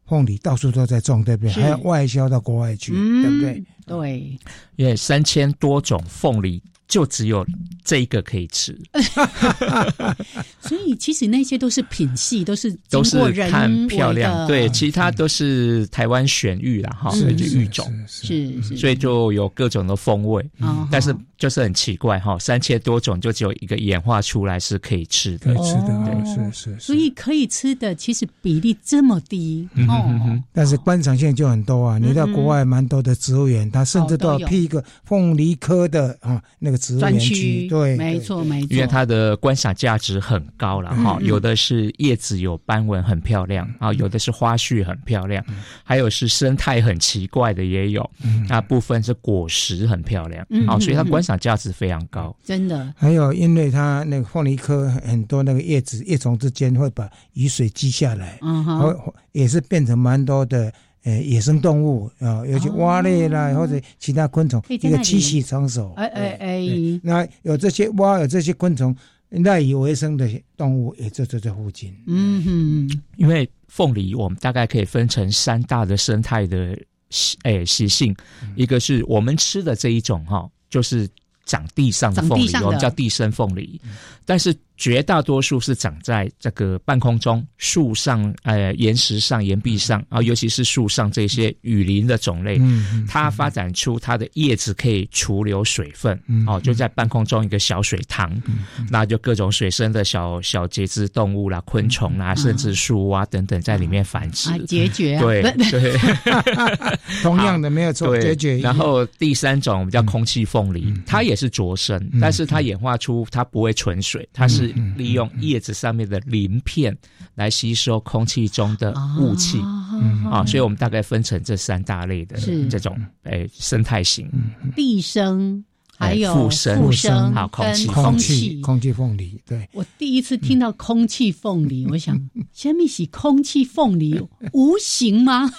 [SPEAKER 4] 凤梨到处都在种，对不对？
[SPEAKER 3] 是
[SPEAKER 4] 还要外销到国外去，
[SPEAKER 3] 嗯，
[SPEAKER 4] 对不对？？
[SPEAKER 3] 对，
[SPEAKER 8] 因为三千多种凤梨，就只有这一个可以吃，
[SPEAKER 3] 呃所以其实那些都是品系，都是经
[SPEAKER 8] 都是
[SPEAKER 3] 过人
[SPEAKER 8] 看
[SPEAKER 3] 为
[SPEAKER 8] 漂亮。
[SPEAKER 3] 的
[SPEAKER 8] 对，其他都是台湾选育啦哈，
[SPEAKER 3] 是
[SPEAKER 8] 所以就是育种，
[SPEAKER 4] 是是
[SPEAKER 3] 是是，
[SPEAKER 8] 所以就有各种的风味。
[SPEAKER 3] 啊
[SPEAKER 8] 但是就是很奇怪哈，三千多种就只有一个演化出来是可以吃
[SPEAKER 4] 可
[SPEAKER 8] 的
[SPEAKER 4] 以。吃的，
[SPEAKER 3] 哦
[SPEAKER 4] 对是是是。
[SPEAKER 3] 所以可以吃的其实比例这么低
[SPEAKER 8] 嗯哼哼
[SPEAKER 3] 哦
[SPEAKER 8] 哼，
[SPEAKER 4] 但是观赏性就很多啊！
[SPEAKER 3] 嗯
[SPEAKER 4] 你到国外蛮多的植物园，它甚至都
[SPEAKER 3] 哦都有
[SPEAKER 4] 要辟一个凤梨科的啊那个植物
[SPEAKER 3] 专
[SPEAKER 4] 园区，对，
[SPEAKER 3] 没
[SPEAKER 4] 对
[SPEAKER 3] 错没错，
[SPEAKER 8] 因为它的观赏价值很高了哈，
[SPEAKER 3] 嗯嗯
[SPEAKER 8] 有的是叶子有斑纹很漂亮啊，有的是花序很漂亮，还有是生态很奇怪的也有，那部分是果实很漂亮
[SPEAKER 3] 嗯
[SPEAKER 8] 啊，所以它
[SPEAKER 3] 嗯嗯
[SPEAKER 8] 观赏价值非常高。
[SPEAKER 3] 真的
[SPEAKER 4] 还有，因为它那个凤梨科很多那个叶子叶丛之间会把雨水积下来，
[SPEAKER 3] 嗯
[SPEAKER 4] 会
[SPEAKER 3] 哼，
[SPEAKER 4] 也是变成蛮多的呃野生动物啊、尤其蛙类啦、或者其他昆虫，
[SPEAKER 3] 可以在
[SPEAKER 4] 一
[SPEAKER 3] 那
[SPEAKER 4] 个
[SPEAKER 3] 里
[SPEAKER 4] 栖息场所。
[SPEAKER 3] 哎哎
[SPEAKER 4] 呃对
[SPEAKER 3] 哎，
[SPEAKER 4] 那有这些蛙，有这些昆虫赖以为生的动物，也就就在附近。
[SPEAKER 3] 嗯哼，
[SPEAKER 8] 因为凤梨，我们大概可以分成三大的生态的习诶习性，
[SPEAKER 3] 嗯
[SPEAKER 8] 一个是我们吃的这一种哈，就是长地上的凤
[SPEAKER 3] 长地
[SPEAKER 8] 梨
[SPEAKER 3] 上，的嗯
[SPEAKER 8] 我们叫地生凤梨，但是绝大多数是长在这个半空中、树上、呃岩石上、岩壁上
[SPEAKER 3] 嗯
[SPEAKER 8] 啊，尤其是树上这些雨林的种类，
[SPEAKER 4] 嗯，
[SPEAKER 8] 它发展出它的叶子可以储留水分，
[SPEAKER 4] 嗯
[SPEAKER 8] 哦，就在半空中一个小水塘，
[SPEAKER 3] 嗯
[SPEAKER 8] 那就各种水生的小小节肢动物啦、昆虫啦，甚至树蛙等等在里面繁殖。
[SPEAKER 3] 嗯啊解决啊 [LAUGHS]
[SPEAKER 8] 对
[SPEAKER 3] 不
[SPEAKER 8] 对
[SPEAKER 4] 同样的没有错，解决
[SPEAKER 8] 对，
[SPEAKER 4] 一
[SPEAKER 8] 然后第三种我们叫空气凤梨，
[SPEAKER 3] 嗯
[SPEAKER 8] 它也是着生，但是它演化出它不会存水，它是
[SPEAKER 3] 嗯
[SPEAKER 8] 利用叶子上面的鳞片来吸收空气中的雾气
[SPEAKER 4] 嗯
[SPEAKER 3] 啊
[SPEAKER 8] 啊，所以我们大概分成这三大类的
[SPEAKER 3] 是
[SPEAKER 8] 这种诶生态型。
[SPEAKER 3] 地生还有
[SPEAKER 8] 哎附生
[SPEAKER 3] 附
[SPEAKER 4] 附生
[SPEAKER 3] 跟
[SPEAKER 8] 好空气
[SPEAKER 4] 空
[SPEAKER 3] 空
[SPEAKER 4] 气
[SPEAKER 3] 气。
[SPEAKER 4] 空嗯气凤梨，对，
[SPEAKER 3] 我第一次听到空气凤梨，我
[SPEAKER 4] [LAUGHS]
[SPEAKER 3] 想，虾米是空气凤梨？无形吗？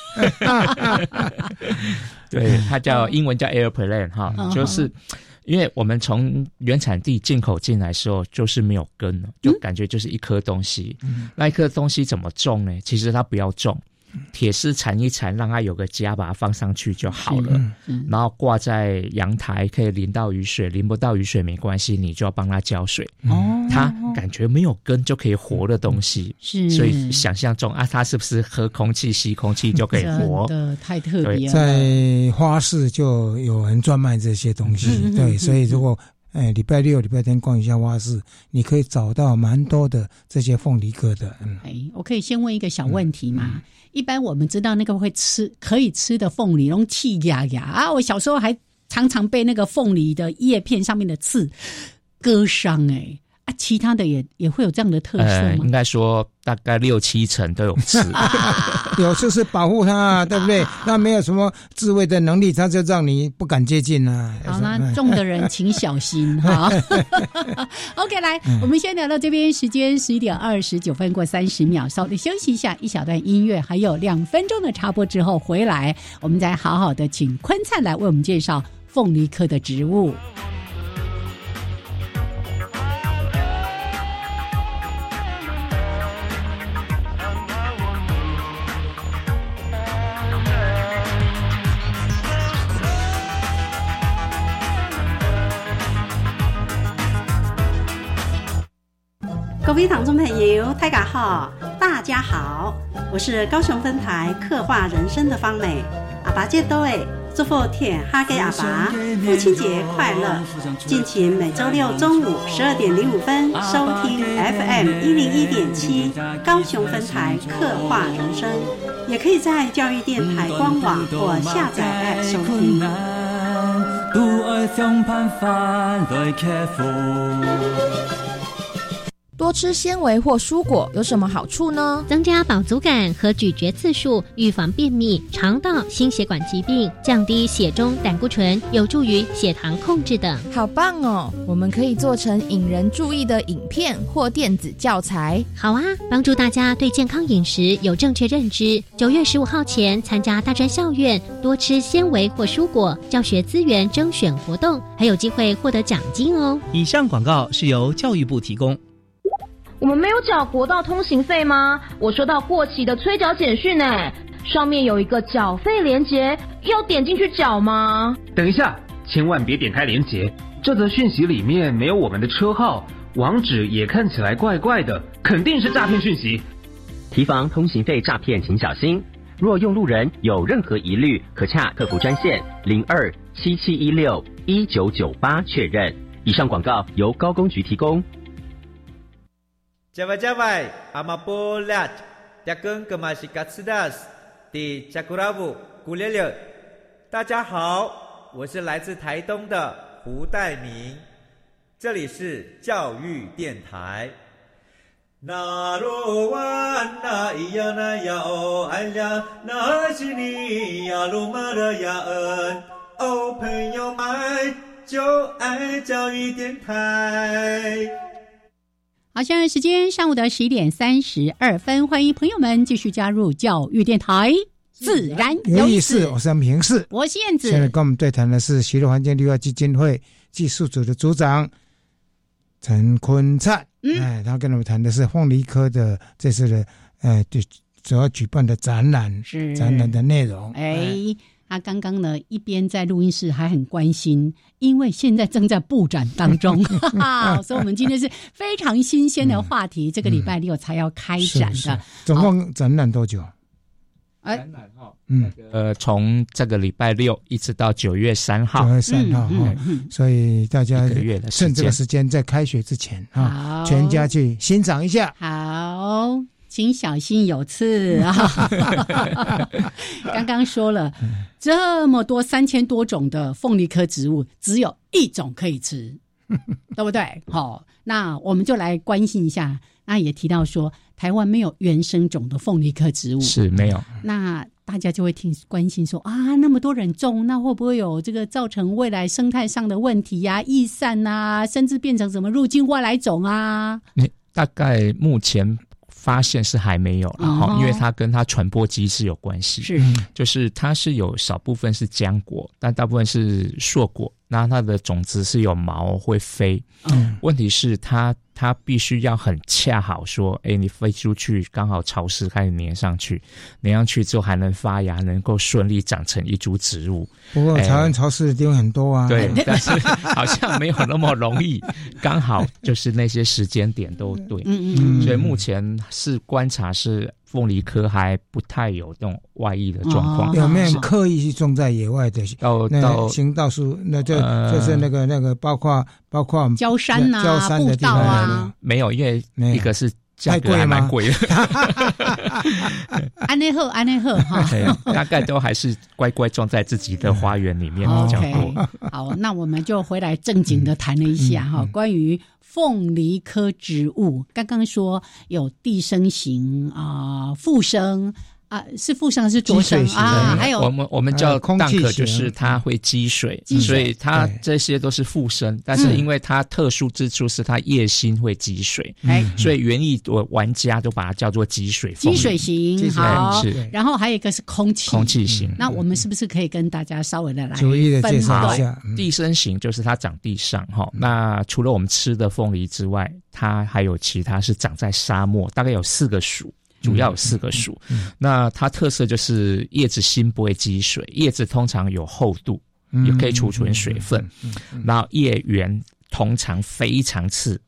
[SPEAKER 8] 对，它叫英文叫 airplane 哈
[SPEAKER 3] 嗯，
[SPEAKER 8] 就是因为我们从原产地进口进来的时候，就是没有根
[SPEAKER 3] 嗯
[SPEAKER 8] 了，就感觉就是一颗东西。那一颗东西怎么种呢？其实它不要种，铁丝缠一缠，让它有个家，把它放上去就好了。
[SPEAKER 3] 嗯
[SPEAKER 8] 然后挂在阳台，可以淋到雨水，淋不到雨水没关系，你就要帮它浇水。
[SPEAKER 4] 嗯
[SPEAKER 3] 哦，
[SPEAKER 8] 它感觉没有根就可以活的东西，
[SPEAKER 3] 是，
[SPEAKER 8] 所以想象中啊，它是不是喝空气、吸空气就可以活？
[SPEAKER 3] 真的太特别了，
[SPEAKER 4] 在花市就有人专卖这些东西，
[SPEAKER 3] 嗯嗯嗯
[SPEAKER 4] 对，所以如果哎礼拜六、礼拜天逛一下花市，你可以找到蛮多的这些凤梨哥的，
[SPEAKER 3] [LAUGHS]
[SPEAKER 4] 嗯，
[SPEAKER 3] 哎，我可以先问一个小问题吗？一般我们知道那个会吃可以吃的凤梨，用气压压啊，我小时候还常常被那个凤梨的叶片上面的刺割伤哎、啊，其他的也也会有这样的特
[SPEAKER 8] 呃，
[SPEAKER 3] 殊
[SPEAKER 8] 应
[SPEAKER 3] 吗？
[SPEAKER 8] 该说大概六七成都有
[SPEAKER 3] [LAUGHS]
[SPEAKER 8] 吃，
[SPEAKER 4] 有就是保护它，对不对？那没有什么自卫的能力，它就让你不敢接近啊。
[SPEAKER 3] 好
[SPEAKER 4] 啦，
[SPEAKER 3] 啦，中的人请小心
[SPEAKER 4] [LAUGHS]
[SPEAKER 3] 哈。OK，来，
[SPEAKER 4] 嗯
[SPEAKER 3] 我们先聊到这边，时间十一点二十九分过三十秒，稍微休息一下，一小段音乐，还有两分钟的插播之后回来，我们再好好的请坤灿来为我们介绍凤梨科的植物。
[SPEAKER 9] Hãy subscribe cho kênh Ghiền Mì Gõ Để không bỏ lỡ 位听众朋友，大家好，大家好，我是高雄分台刻画人生的方美。阿爸节都诶，祝福天哈给阿爸父亲节快乐！敬请每周六中午十二点零五分收听 FM 一零一点七高雄分台刻画人生，也可以在教育电台官网或下载 App 收听。
[SPEAKER 10] 多吃纤维或蔬果有什么好处呢？
[SPEAKER 11] 增加饱足感和咀嚼次数，预防便秘、肠道、心血管疾病，降低血中胆固醇，有助于血糖控制等。
[SPEAKER 10] 好棒哦！我们可以做成引人注意的影片或电子教材。
[SPEAKER 11] 好啊，帮助大家对健康饮食有正确认知。九月十五号前参加大专校院多吃纤维或蔬果教学资源征选活动，还有机会获得奖金哦。
[SPEAKER 12] 以上广告是由教育部提供。
[SPEAKER 13] 我们没有缴国道通行费吗？我收到过期的催缴简讯呢，上面有一个缴费连结，要点进去缴吗？
[SPEAKER 14] 等一下，千万别点开连结，这则讯息里面没有我们的车号，网址也看起来怪怪的，肯定是诈骗讯息。
[SPEAKER 15] 提防通行费诈骗，请小心。若用路人有任何疑虑，可洽客服专线零二七七一六一九九八确认。以上广告由高工局提供。
[SPEAKER 16] Java Java, Amapolat, Yakun Kamashikatsidas, Di Chakuravu, Gulele。大家好，我是来自台东的胡代明，这里是教育电台。
[SPEAKER 17] 那罗哇那咿呀那呀哦哎呀，那是你呀鲁玛的呀恩哦，朋友们就爱教育电台。
[SPEAKER 3] 好，现在时间上午的十一点三十二分，欢迎朋友们继续加入教育电台，自然有
[SPEAKER 4] 有
[SPEAKER 3] 意
[SPEAKER 4] 意思，
[SPEAKER 3] 思。
[SPEAKER 4] 我是安平市。
[SPEAKER 3] 我是燕子
[SPEAKER 4] 现，在跟我们对谈的是徐乐环境绿化基金会技术组的组长陈坤灿。
[SPEAKER 3] 嗯
[SPEAKER 4] 哎，他跟我们谈的是凤梨科的这次的呃，对主要举办的展览，
[SPEAKER 3] 是
[SPEAKER 4] 展览的内容。
[SPEAKER 3] 哎，他刚刚呢一边在录音室还很关心，因为现在正在布展当
[SPEAKER 4] [LAUGHS]
[SPEAKER 3] 中， [LAUGHS] 哈哈，所以我们今天是非常新鲜的话题，这个礼拜六才要开
[SPEAKER 4] 是
[SPEAKER 3] 展
[SPEAKER 4] 嗯是
[SPEAKER 3] 的。
[SPEAKER 4] 总共展览多久？
[SPEAKER 3] 哎，
[SPEAKER 4] 嗯，
[SPEAKER 8] 呃，从这个礼拜六一直到九月三号
[SPEAKER 4] 九，月三号
[SPEAKER 8] 嗯
[SPEAKER 4] 哈
[SPEAKER 8] 嗯，
[SPEAKER 4] 所以大家
[SPEAKER 8] 一个月的时间
[SPEAKER 4] 趁这个时间在开学之前啊
[SPEAKER 3] 好，
[SPEAKER 4] 全家去欣赏一下。
[SPEAKER 3] 好，请小心有刺啊！刚刚说了，这么多三千多种的凤梨科植物，只有一种可以吃，对不对？好，那我们就来关心一下。那也提到说，台湾没有原生种的凤梨科植物，
[SPEAKER 8] 是没有。
[SPEAKER 3] 那大家就会听关心说啊，那么多人种，那会不会有这个造成未来生态上的问题呀、易散啊，甚至变成什么入境外来种啊？
[SPEAKER 8] 你大概目前发现是还没有了哈
[SPEAKER 3] 哦，
[SPEAKER 8] 因为它跟它传播机制有关系，嗯
[SPEAKER 3] 是
[SPEAKER 8] 就是它是有少部分是浆果，但大部分是硕果。那它的种子是有毛会飞，
[SPEAKER 3] 嗯
[SPEAKER 8] 问题是它它必须要很恰好说，哎，你飞出去刚好潮湿开始粘上去，粘上去之后还能发芽，能够顺利长成一株植物。
[SPEAKER 4] 不过
[SPEAKER 8] 哎
[SPEAKER 4] 台湾超市的地方很多啊，
[SPEAKER 8] 对，但是好像没有那么容易，刚好就是那些时间点都对。
[SPEAKER 3] 嗯嗯
[SPEAKER 8] 所以目前是观察是凤梨科还不太有那种外溢的状况。
[SPEAKER 3] 哦
[SPEAKER 4] 有没有人刻意去种在野外的？
[SPEAKER 8] 到
[SPEAKER 4] 那
[SPEAKER 8] 到
[SPEAKER 4] 行道树，那就
[SPEAKER 8] 呃
[SPEAKER 4] 就是那个那个，包括包括
[SPEAKER 3] 嗯，焦山呐、
[SPEAKER 4] 焦山
[SPEAKER 3] 步
[SPEAKER 4] 的地
[SPEAKER 3] 道
[SPEAKER 4] 方有没
[SPEAKER 3] 啊
[SPEAKER 4] 有，
[SPEAKER 8] 没有，因为
[SPEAKER 4] 没有
[SPEAKER 8] 一个是价格还
[SPEAKER 3] 哎
[SPEAKER 8] 蛮贵
[SPEAKER 3] [LAUGHS]
[SPEAKER 8] 的，
[SPEAKER 3] 安内赫，安内赫
[SPEAKER 8] [LAUGHS]
[SPEAKER 3] 哈。
[SPEAKER 8] 对，大概都还是乖乖种在自己的花园里面比较
[SPEAKER 3] 哦 OK，
[SPEAKER 8] 多。
[SPEAKER 3] 好，那我们就回来正经的谈了一下
[SPEAKER 8] 嗯
[SPEAKER 3] 哈、关于凤梨科植物。刚刚说有地生型啊、附生啊、是附生还是着生
[SPEAKER 4] 积水型的
[SPEAKER 3] 啊？
[SPEAKER 4] 对
[SPEAKER 3] 还有
[SPEAKER 8] 嗯我们我们叫
[SPEAKER 4] 呃空气
[SPEAKER 8] dunk，
[SPEAKER 4] 型
[SPEAKER 8] 就是它会积水，
[SPEAKER 3] 嗯积水
[SPEAKER 8] 所以它
[SPEAKER 4] 对
[SPEAKER 8] 这些都是附生，但是因为它特殊之处是它叶心会积水，
[SPEAKER 3] 哎
[SPEAKER 4] 嗯
[SPEAKER 8] 所以园艺我玩家都把它叫做积水凤
[SPEAKER 3] 积
[SPEAKER 8] 梨
[SPEAKER 3] 水
[SPEAKER 4] 积
[SPEAKER 3] 型
[SPEAKER 4] 水
[SPEAKER 3] 好
[SPEAKER 8] 是，
[SPEAKER 3] 然后还有一个是空气
[SPEAKER 8] 空。气型。
[SPEAKER 3] 那我们是不是可以跟大家稍微的来
[SPEAKER 4] 逐一地介绍
[SPEAKER 3] 分
[SPEAKER 8] 好
[SPEAKER 4] 一
[SPEAKER 3] 类
[SPEAKER 4] 下。嗯
[SPEAKER 8] 地生型就是它长地上哈，那除了我们吃的凤梨之外，它还有其他是长在沙漠，大概有四个属，主要有四个属。那它特色就是叶子心不会积水，叶子通常有厚度，
[SPEAKER 4] 嗯
[SPEAKER 8] 也可以储存水分，然后叶缘通常非常刺。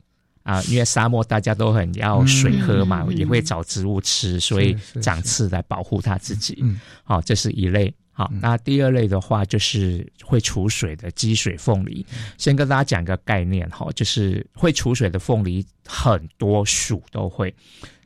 [SPEAKER 8] 啊，因为沙漠大家都很要水喝嘛，也会找植物吃，所以长刺来保护它自己。
[SPEAKER 4] 嗯
[SPEAKER 8] 好，这是一类。好，
[SPEAKER 3] 嗯
[SPEAKER 8] 那第二类的话就是会储水的积水凤梨。
[SPEAKER 3] 嗯
[SPEAKER 8] 先跟大家讲个概念哈，就是会储水的凤梨很多属都会，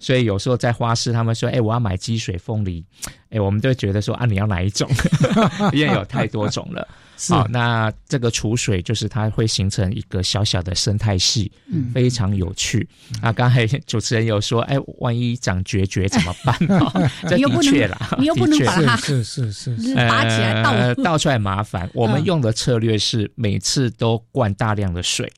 [SPEAKER 8] 所以有时候在花市他们说，哎、欸，我要买积水凤梨，哎、欸，我们都觉得说啊，你要哪一种？ [LAUGHS] 因为有太多种
[SPEAKER 3] [LAUGHS]
[SPEAKER 8] 了。好，那这个储水就是它会形成一个小小的生态系，嗯、非常有趣。
[SPEAKER 3] 嗯
[SPEAKER 8] 啊，刚才 [LAUGHS] 主持人有说，哎、欸，万一长绝绝怎么
[SPEAKER 3] [LAUGHS]
[SPEAKER 8] 办？哦、这的确啦，
[SPEAKER 3] 你又不能把它
[SPEAKER 4] 是是是。是是
[SPEAKER 3] 拔起来倒、呃、
[SPEAKER 8] 倒出来麻烦。我们用的策略是每次都灌大量的水，
[SPEAKER 3] 哦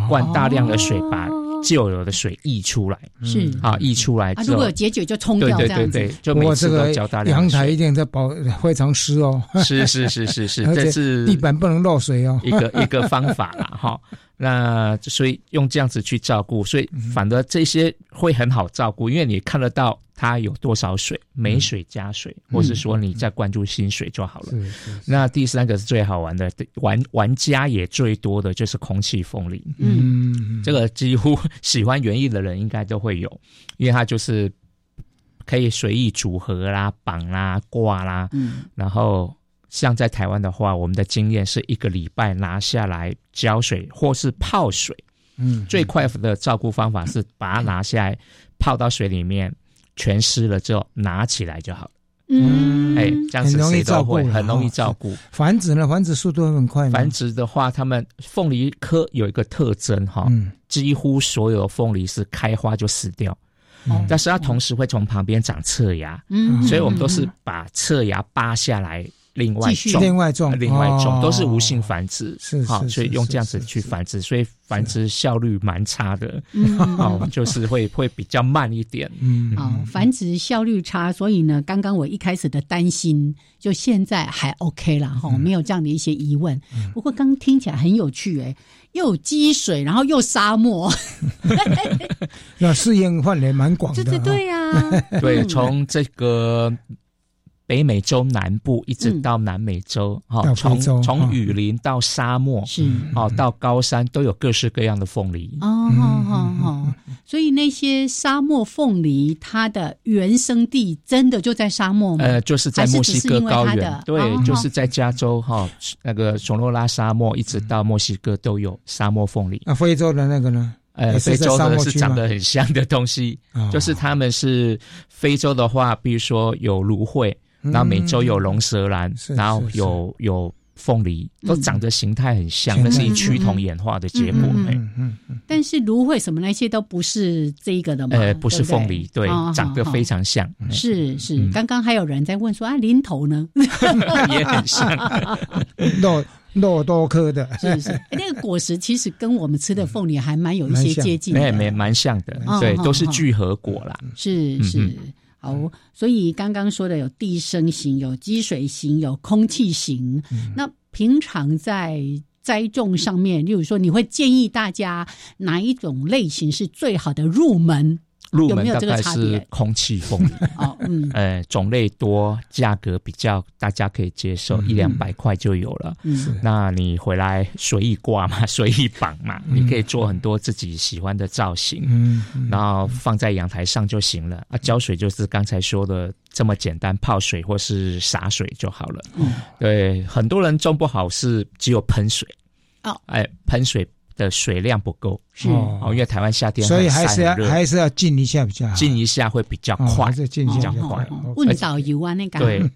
[SPEAKER 8] 嗯、 [LAUGHS] 灌大
[SPEAKER 4] 哦
[SPEAKER 8] 量的水把旧有的水溢出来。
[SPEAKER 3] 是
[SPEAKER 8] 啊，溢出来之后、啊，
[SPEAKER 3] 嗯如果有结节就冲掉
[SPEAKER 8] 对对对，就每次都浇大量
[SPEAKER 4] 阳台一定在保非常湿哦。
[SPEAKER 8] [LAUGHS] 是是是是是，这是
[SPEAKER 4] 地板不能漏水哦。 [LAUGHS]
[SPEAKER 8] 一个一个方法啦，哈。那所以用这样子去照顾，所
[SPEAKER 4] 嗯
[SPEAKER 8] 以反而这些会很好照顾，因为你看得到它有多少水，没水加水，嗯、或是说你再灌注新水就好了。嗯嗯、那第三个是最好玩的，玩玩家也最多的就是空气风铃。嗯，这个几乎喜欢园艺的人应该都会有，因为它就是可以随意组合啦、绑啦、挂啦，嗯，然后。像在台湾的话，我们的经验是一个礼拜拿下来浇水或是泡水。嗯，最快的照顾方法是把它拿下来泡到水里面，全湿了之后拿起来就好了。嗯，哎，这样子谁都会很容易照顾。
[SPEAKER 4] 繁殖呢，繁殖速度很快。
[SPEAKER 8] 繁殖的话，它们凤梨科有一个特征哈，嗯、几乎所有凤梨是开花就死掉。
[SPEAKER 3] 哦
[SPEAKER 4] 嗯
[SPEAKER 8] 但是它同时会从旁边长侧芽，嗯，所以我们都是把侧芽扒下来。另外种，
[SPEAKER 4] 另外种，哦
[SPEAKER 8] 另外种，都是无性繁殖，
[SPEAKER 4] 是
[SPEAKER 8] 好，所以用这样子去繁殖，所以繁殖效率蛮差的， [LAUGHS]
[SPEAKER 4] 嗯
[SPEAKER 8] 哦，就是会会比较慢一点。
[SPEAKER 3] 嗯，好，繁殖效率差，所以呢，刚刚我一开始的担心，就现在还 OK 了哈，
[SPEAKER 8] 嗯
[SPEAKER 3] 没有这样的一些疑问。不过刚听起来很有趣哎，又有积水，然后又沙漠，
[SPEAKER 8] 哦
[SPEAKER 3] [LAUGHS]
[SPEAKER 4] 那适应范围蛮广的，
[SPEAKER 3] 对对
[SPEAKER 8] 啊
[SPEAKER 3] 对
[SPEAKER 8] [LAUGHS]
[SPEAKER 3] 呀，
[SPEAKER 8] 对，从这个。北美洲南部一
[SPEAKER 4] 嗯
[SPEAKER 8] 直到南美洲，哈、嗯，从从雨林到沙漠，
[SPEAKER 3] 是
[SPEAKER 8] 哦，到高山都有各式各样的凤梨。
[SPEAKER 3] 哦，
[SPEAKER 8] 嗯
[SPEAKER 3] 好好好，所以那些沙漠凤梨，它的原生地真的就在沙漠吗？
[SPEAKER 8] 呃，就是在墨西哥高原，对，
[SPEAKER 3] 哦、
[SPEAKER 8] 就是在加州哈、哦，那个索诺拉沙漠一直到墨西哥都有沙漠凤梨。
[SPEAKER 4] 那、啊、非洲的那个呢？啊
[SPEAKER 8] 呃，非洲的是长得很像的东西，哦、就是他们是非洲的话，比如说有芦荟。
[SPEAKER 4] 嗯
[SPEAKER 8] 然后美洲有龙舌兰，然后有有凤梨，都长得形态很像，那是一趋同演化的结果。
[SPEAKER 3] 嗯嗯。但是芦荟什么那些都不是这一个的嘛？
[SPEAKER 8] 呃，不是凤梨，
[SPEAKER 3] 哦
[SPEAKER 8] 对，长得非常嗯像。
[SPEAKER 3] 嗯是是，刚刚还有人在问说啊，林头呢？
[SPEAKER 8] [LAUGHS] 也很像，
[SPEAKER 4] 嗯肉肉多颗的，
[SPEAKER 3] 是不是？那个果实其实跟我们吃的凤梨还蛮有一些接近，
[SPEAKER 8] 没哎没蛮像的，嗯对，都是聚合果啦。嗯
[SPEAKER 3] 是是。好，所以刚刚说的有地生型、有积水型、有空气型。嗯、那平常在栽种上面，例如说，你会建议大家哪一种类型是最好的入门？
[SPEAKER 8] 入门
[SPEAKER 3] 有没有
[SPEAKER 8] 这个
[SPEAKER 3] 差别？
[SPEAKER 8] 空气凤 [LAUGHS] 梨
[SPEAKER 3] 哦，嗯，
[SPEAKER 8] 呃，种类多，价格比较大家可以接受，一两百块就有了。嗯，那你回来随意挂嘛， [LAUGHS] 随意绑嘛，嗯、你可以做很多自己喜欢的造型， [LAUGHS] 嗯，嗯然后放在阳台上就行了。啊，浇水就是刚才说的这么简单，泡水或是洒水就好了。
[SPEAKER 3] 哦
[SPEAKER 8] 嗯，对，很多人种不好是只有喷水，
[SPEAKER 3] 哦，
[SPEAKER 8] 哎、呃，喷水。的水量不够，
[SPEAKER 3] 是哦，
[SPEAKER 8] 因为台湾夏天
[SPEAKER 4] 所以还是要还是要浸一下比
[SPEAKER 3] 啊
[SPEAKER 4] 较好，哦
[SPEAKER 8] 浸一下会比较快，哦
[SPEAKER 4] 还是浸一下
[SPEAKER 8] 比较快。
[SPEAKER 3] 哦问导游啊，那个
[SPEAKER 8] 对，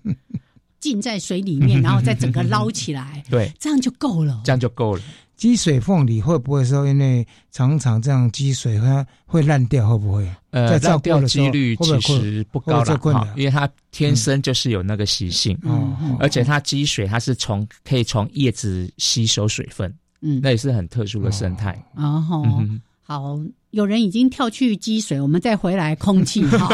[SPEAKER 3] 浸在水里面，然后再整个捞起来，
[SPEAKER 8] 对，
[SPEAKER 3] 这样就够了，
[SPEAKER 8] 这样就够了。
[SPEAKER 4] 积水凤梨会不会说，因为常常这样积水它会烂掉，会不会？
[SPEAKER 8] 呃，
[SPEAKER 4] 烂
[SPEAKER 8] 掉几率其实不高了哈，因为它天生就是有那个习性，嗯，而且它积水它是从可以从叶子吸收水分。嗯，那也是很特殊的生态。
[SPEAKER 3] 然后、哦嗯、好，有人已经跳去积水，我们再回来空
[SPEAKER 8] [LAUGHS]
[SPEAKER 3] 气哈。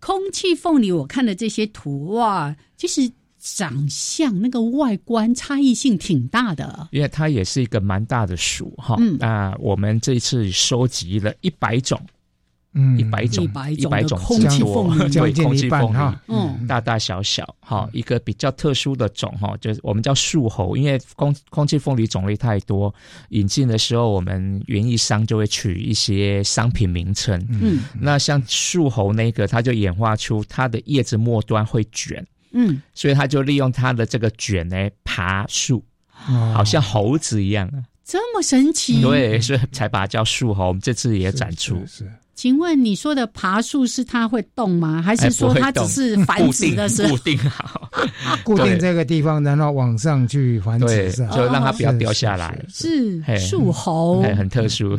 [SPEAKER 3] 空气凤梨，我看了这些图哇，其实长相那个外观差异性挺大的，
[SPEAKER 8] 因为它也是一个蛮大的属哈。嗯，那我们这次收集了一百种。嗯，一百种，
[SPEAKER 3] 一百
[SPEAKER 8] 种
[SPEAKER 3] 空
[SPEAKER 8] 之
[SPEAKER 3] 气
[SPEAKER 8] 多，
[SPEAKER 3] 凤梨
[SPEAKER 8] 对，空气凤梨，
[SPEAKER 3] 嗯，
[SPEAKER 8] 大大小小，哈，一个比较特殊的种，哈，就是我们叫树猴，因为空空气凤梨种类太多，引进的时候，我们园艺商就会取一些商品名称，
[SPEAKER 3] 嗯，
[SPEAKER 8] 那像树猴那个，它就演化出它的叶子末端会卷，
[SPEAKER 3] 嗯，
[SPEAKER 8] 所以它就利用它的这个卷来爬树，好像猴子一样啊。
[SPEAKER 3] 这么神奇。
[SPEAKER 8] 嗯对，所以才把它叫树猴。我们这次也展出，
[SPEAKER 3] 请问你说的爬树是它会动吗？还是说它只是繁殖的时
[SPEAKER 8] 固
[SPEAKER 3] 候？
[SPEAKER 8] 定固定好，
[SPEAKER 4] 啊固定这个地方，然后往上去繁
[SPEAKER 8] 对，
[SPEAKER 4] 殖，是吧
[SPEAKER 8] 就让它不要掉下来。
[SPEAKER 3] 是
[SPEAKER 8] 嘿
[SPEAKER 3] 树猴。
[SPEAKER 8] 哎嘿很特
[SPEAKER 3] 哦
[SPEAKER 8] 殊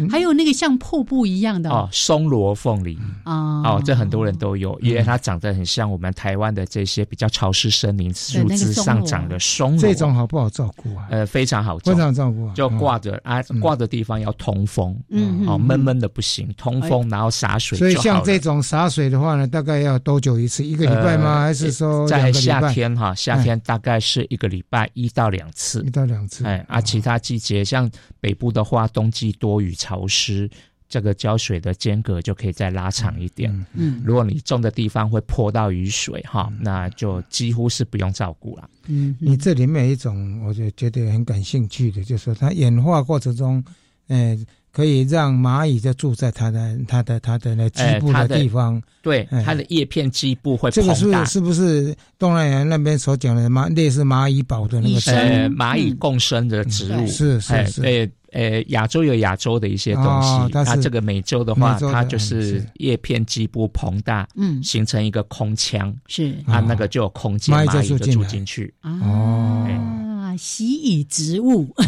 [SPEAKER 3] 嗯，还有那个像瀑布一样的
[SPEAKER 8] 哦，松萝凤梨
[SPEAKER 3] 啊，
[SPEAKER 8] 哦，这很多
[SPEAKER 4] 嗯
[SPEAKER 8] 人都有，因为它长得很像我们台湾的这些比较潮湿森林树
[SPEAKER 4] 那个
[SPEAKER 8] 枝
[SPEAKER 4] 松啊
[SPEAKER 8] 上
[SPEAKER 4] 萝
[SPEAKER 8] 长的松萝，
[SPEAKER 4] 这种好不好照顾啊？
[SPEAKER 8] 呃非常好种，
[SPEAKER 4] 非常嗯照顾啊，
[SPEAKER 8] 就挂着啊，挂的地方要通风，
[SPEAKER 4] 嗯嗯
[SPEAKER 8] 哦，
[SPEAKER 4] 哎
[SPEAKER 8] 闷闷的不行，通风，然后洒水
[SPEAKER 4] 所以
[SPEAKER 8] 就好
[SPEAKER 4] 像
[SPEAKER 8] 了。
[SPEAKER 4] 这种洒水的话呢，大概要多久一次？一个礼拜吗？
[SPEAKER 8] 呃
[SPEAKER 4] 还是说两
[SPEAKER 8] 在
[SPEAKER 4] 个礼拜？
[SPEAKER 8] 夏天哈，夏
[SPEAKER 4] 哎
[SPEAKER 8] 天大概是一个礼拜一到两次，一
[SPEAKER 4] 到两次。
[SPEAKER 8] 哎，啊，其他季节像北部的话，冬季多雨潮湿，这个浇水的间隔就可以再拉长一点。
[SPEAKER 3] 嗯
[SPEAKER 8] 如果你种的地方会泼到雨水哈，
[SPEAKER 4] 嗯
[SPEAKER 8] 那就几乎是不用照顾了。
[SPEAKER 3] 嗯，
[SPEAKER 4] 你这里面有一种，我就觉得很感兴趣的，就是说它演化过程中，呃，可以让蚂蚁就住在它的它的它的那基
[SPEAKER 8] 哎
[SPEAKER 4] 部
[SPEAKER 8] 它
[SPEAKER 4] 的
[SPEAKER 8] 的
[SPEAKER 4] 地方。
[SPEAKER 8] 对，
[SPEAKER 4] 哎
[SPEAKER 8] 它的叶片基部会
[SPEAKER 4] 这个
[SPEAKER 8] 膨
[SPEAKER 4] 是
[SPEAKER 8] 大。
[SPEAKER 4] 是不是东南亚那边所讲的蚂类似蚂蚁堡的那个植
[SPEAKER 8] 呃，
[SPEAKER 4] 物？
[SPEAKER 8] 蚂蚁共生的植物
[SPEAKER 4] 嗯是是
[SPEAKER 8] 哎
[SPEAKER 4] 是
[SPEAKER 8] 对，呃，亚洲有亚洲的一些东
[SPEAKER 4] 哦
[SPEAKER 8] 西，
[SPEAKER 4] 它是
[SPEAKER 8] 那这个美洲的话
[SPEAKER 4] 美洲，的
[SPEAKER 8] 它
[SPEAKER 4] 嗯
[SPEAKER 8] 就是
[SPEAKER 4] 是
[SPEAKER 8] 叶片基部膨大，
[SPEAKER 3] 嗯
[SPEAKER 8] 形成一个空腔，
[SPEAKER 3] 是
[SPEAKER 8] 啊
[SPEAKER 4] 哦，
[SPEAKER 8] 那个就有空间，
[SPEAKER 4] 蚂蚁
[SPEAKER 8] 蚂蚁
[SPEAKER 4] 就住
[SPEAKER 8] 就
[SPEAKER 4] 进
[SPEAKER 8] 住
[SPEAKER 4] 来
[SPEAKER 8] 进去，
[SPEAKER 3] 啊，蜥蜴植物。
[SPEAKER 4] [LAUGHS]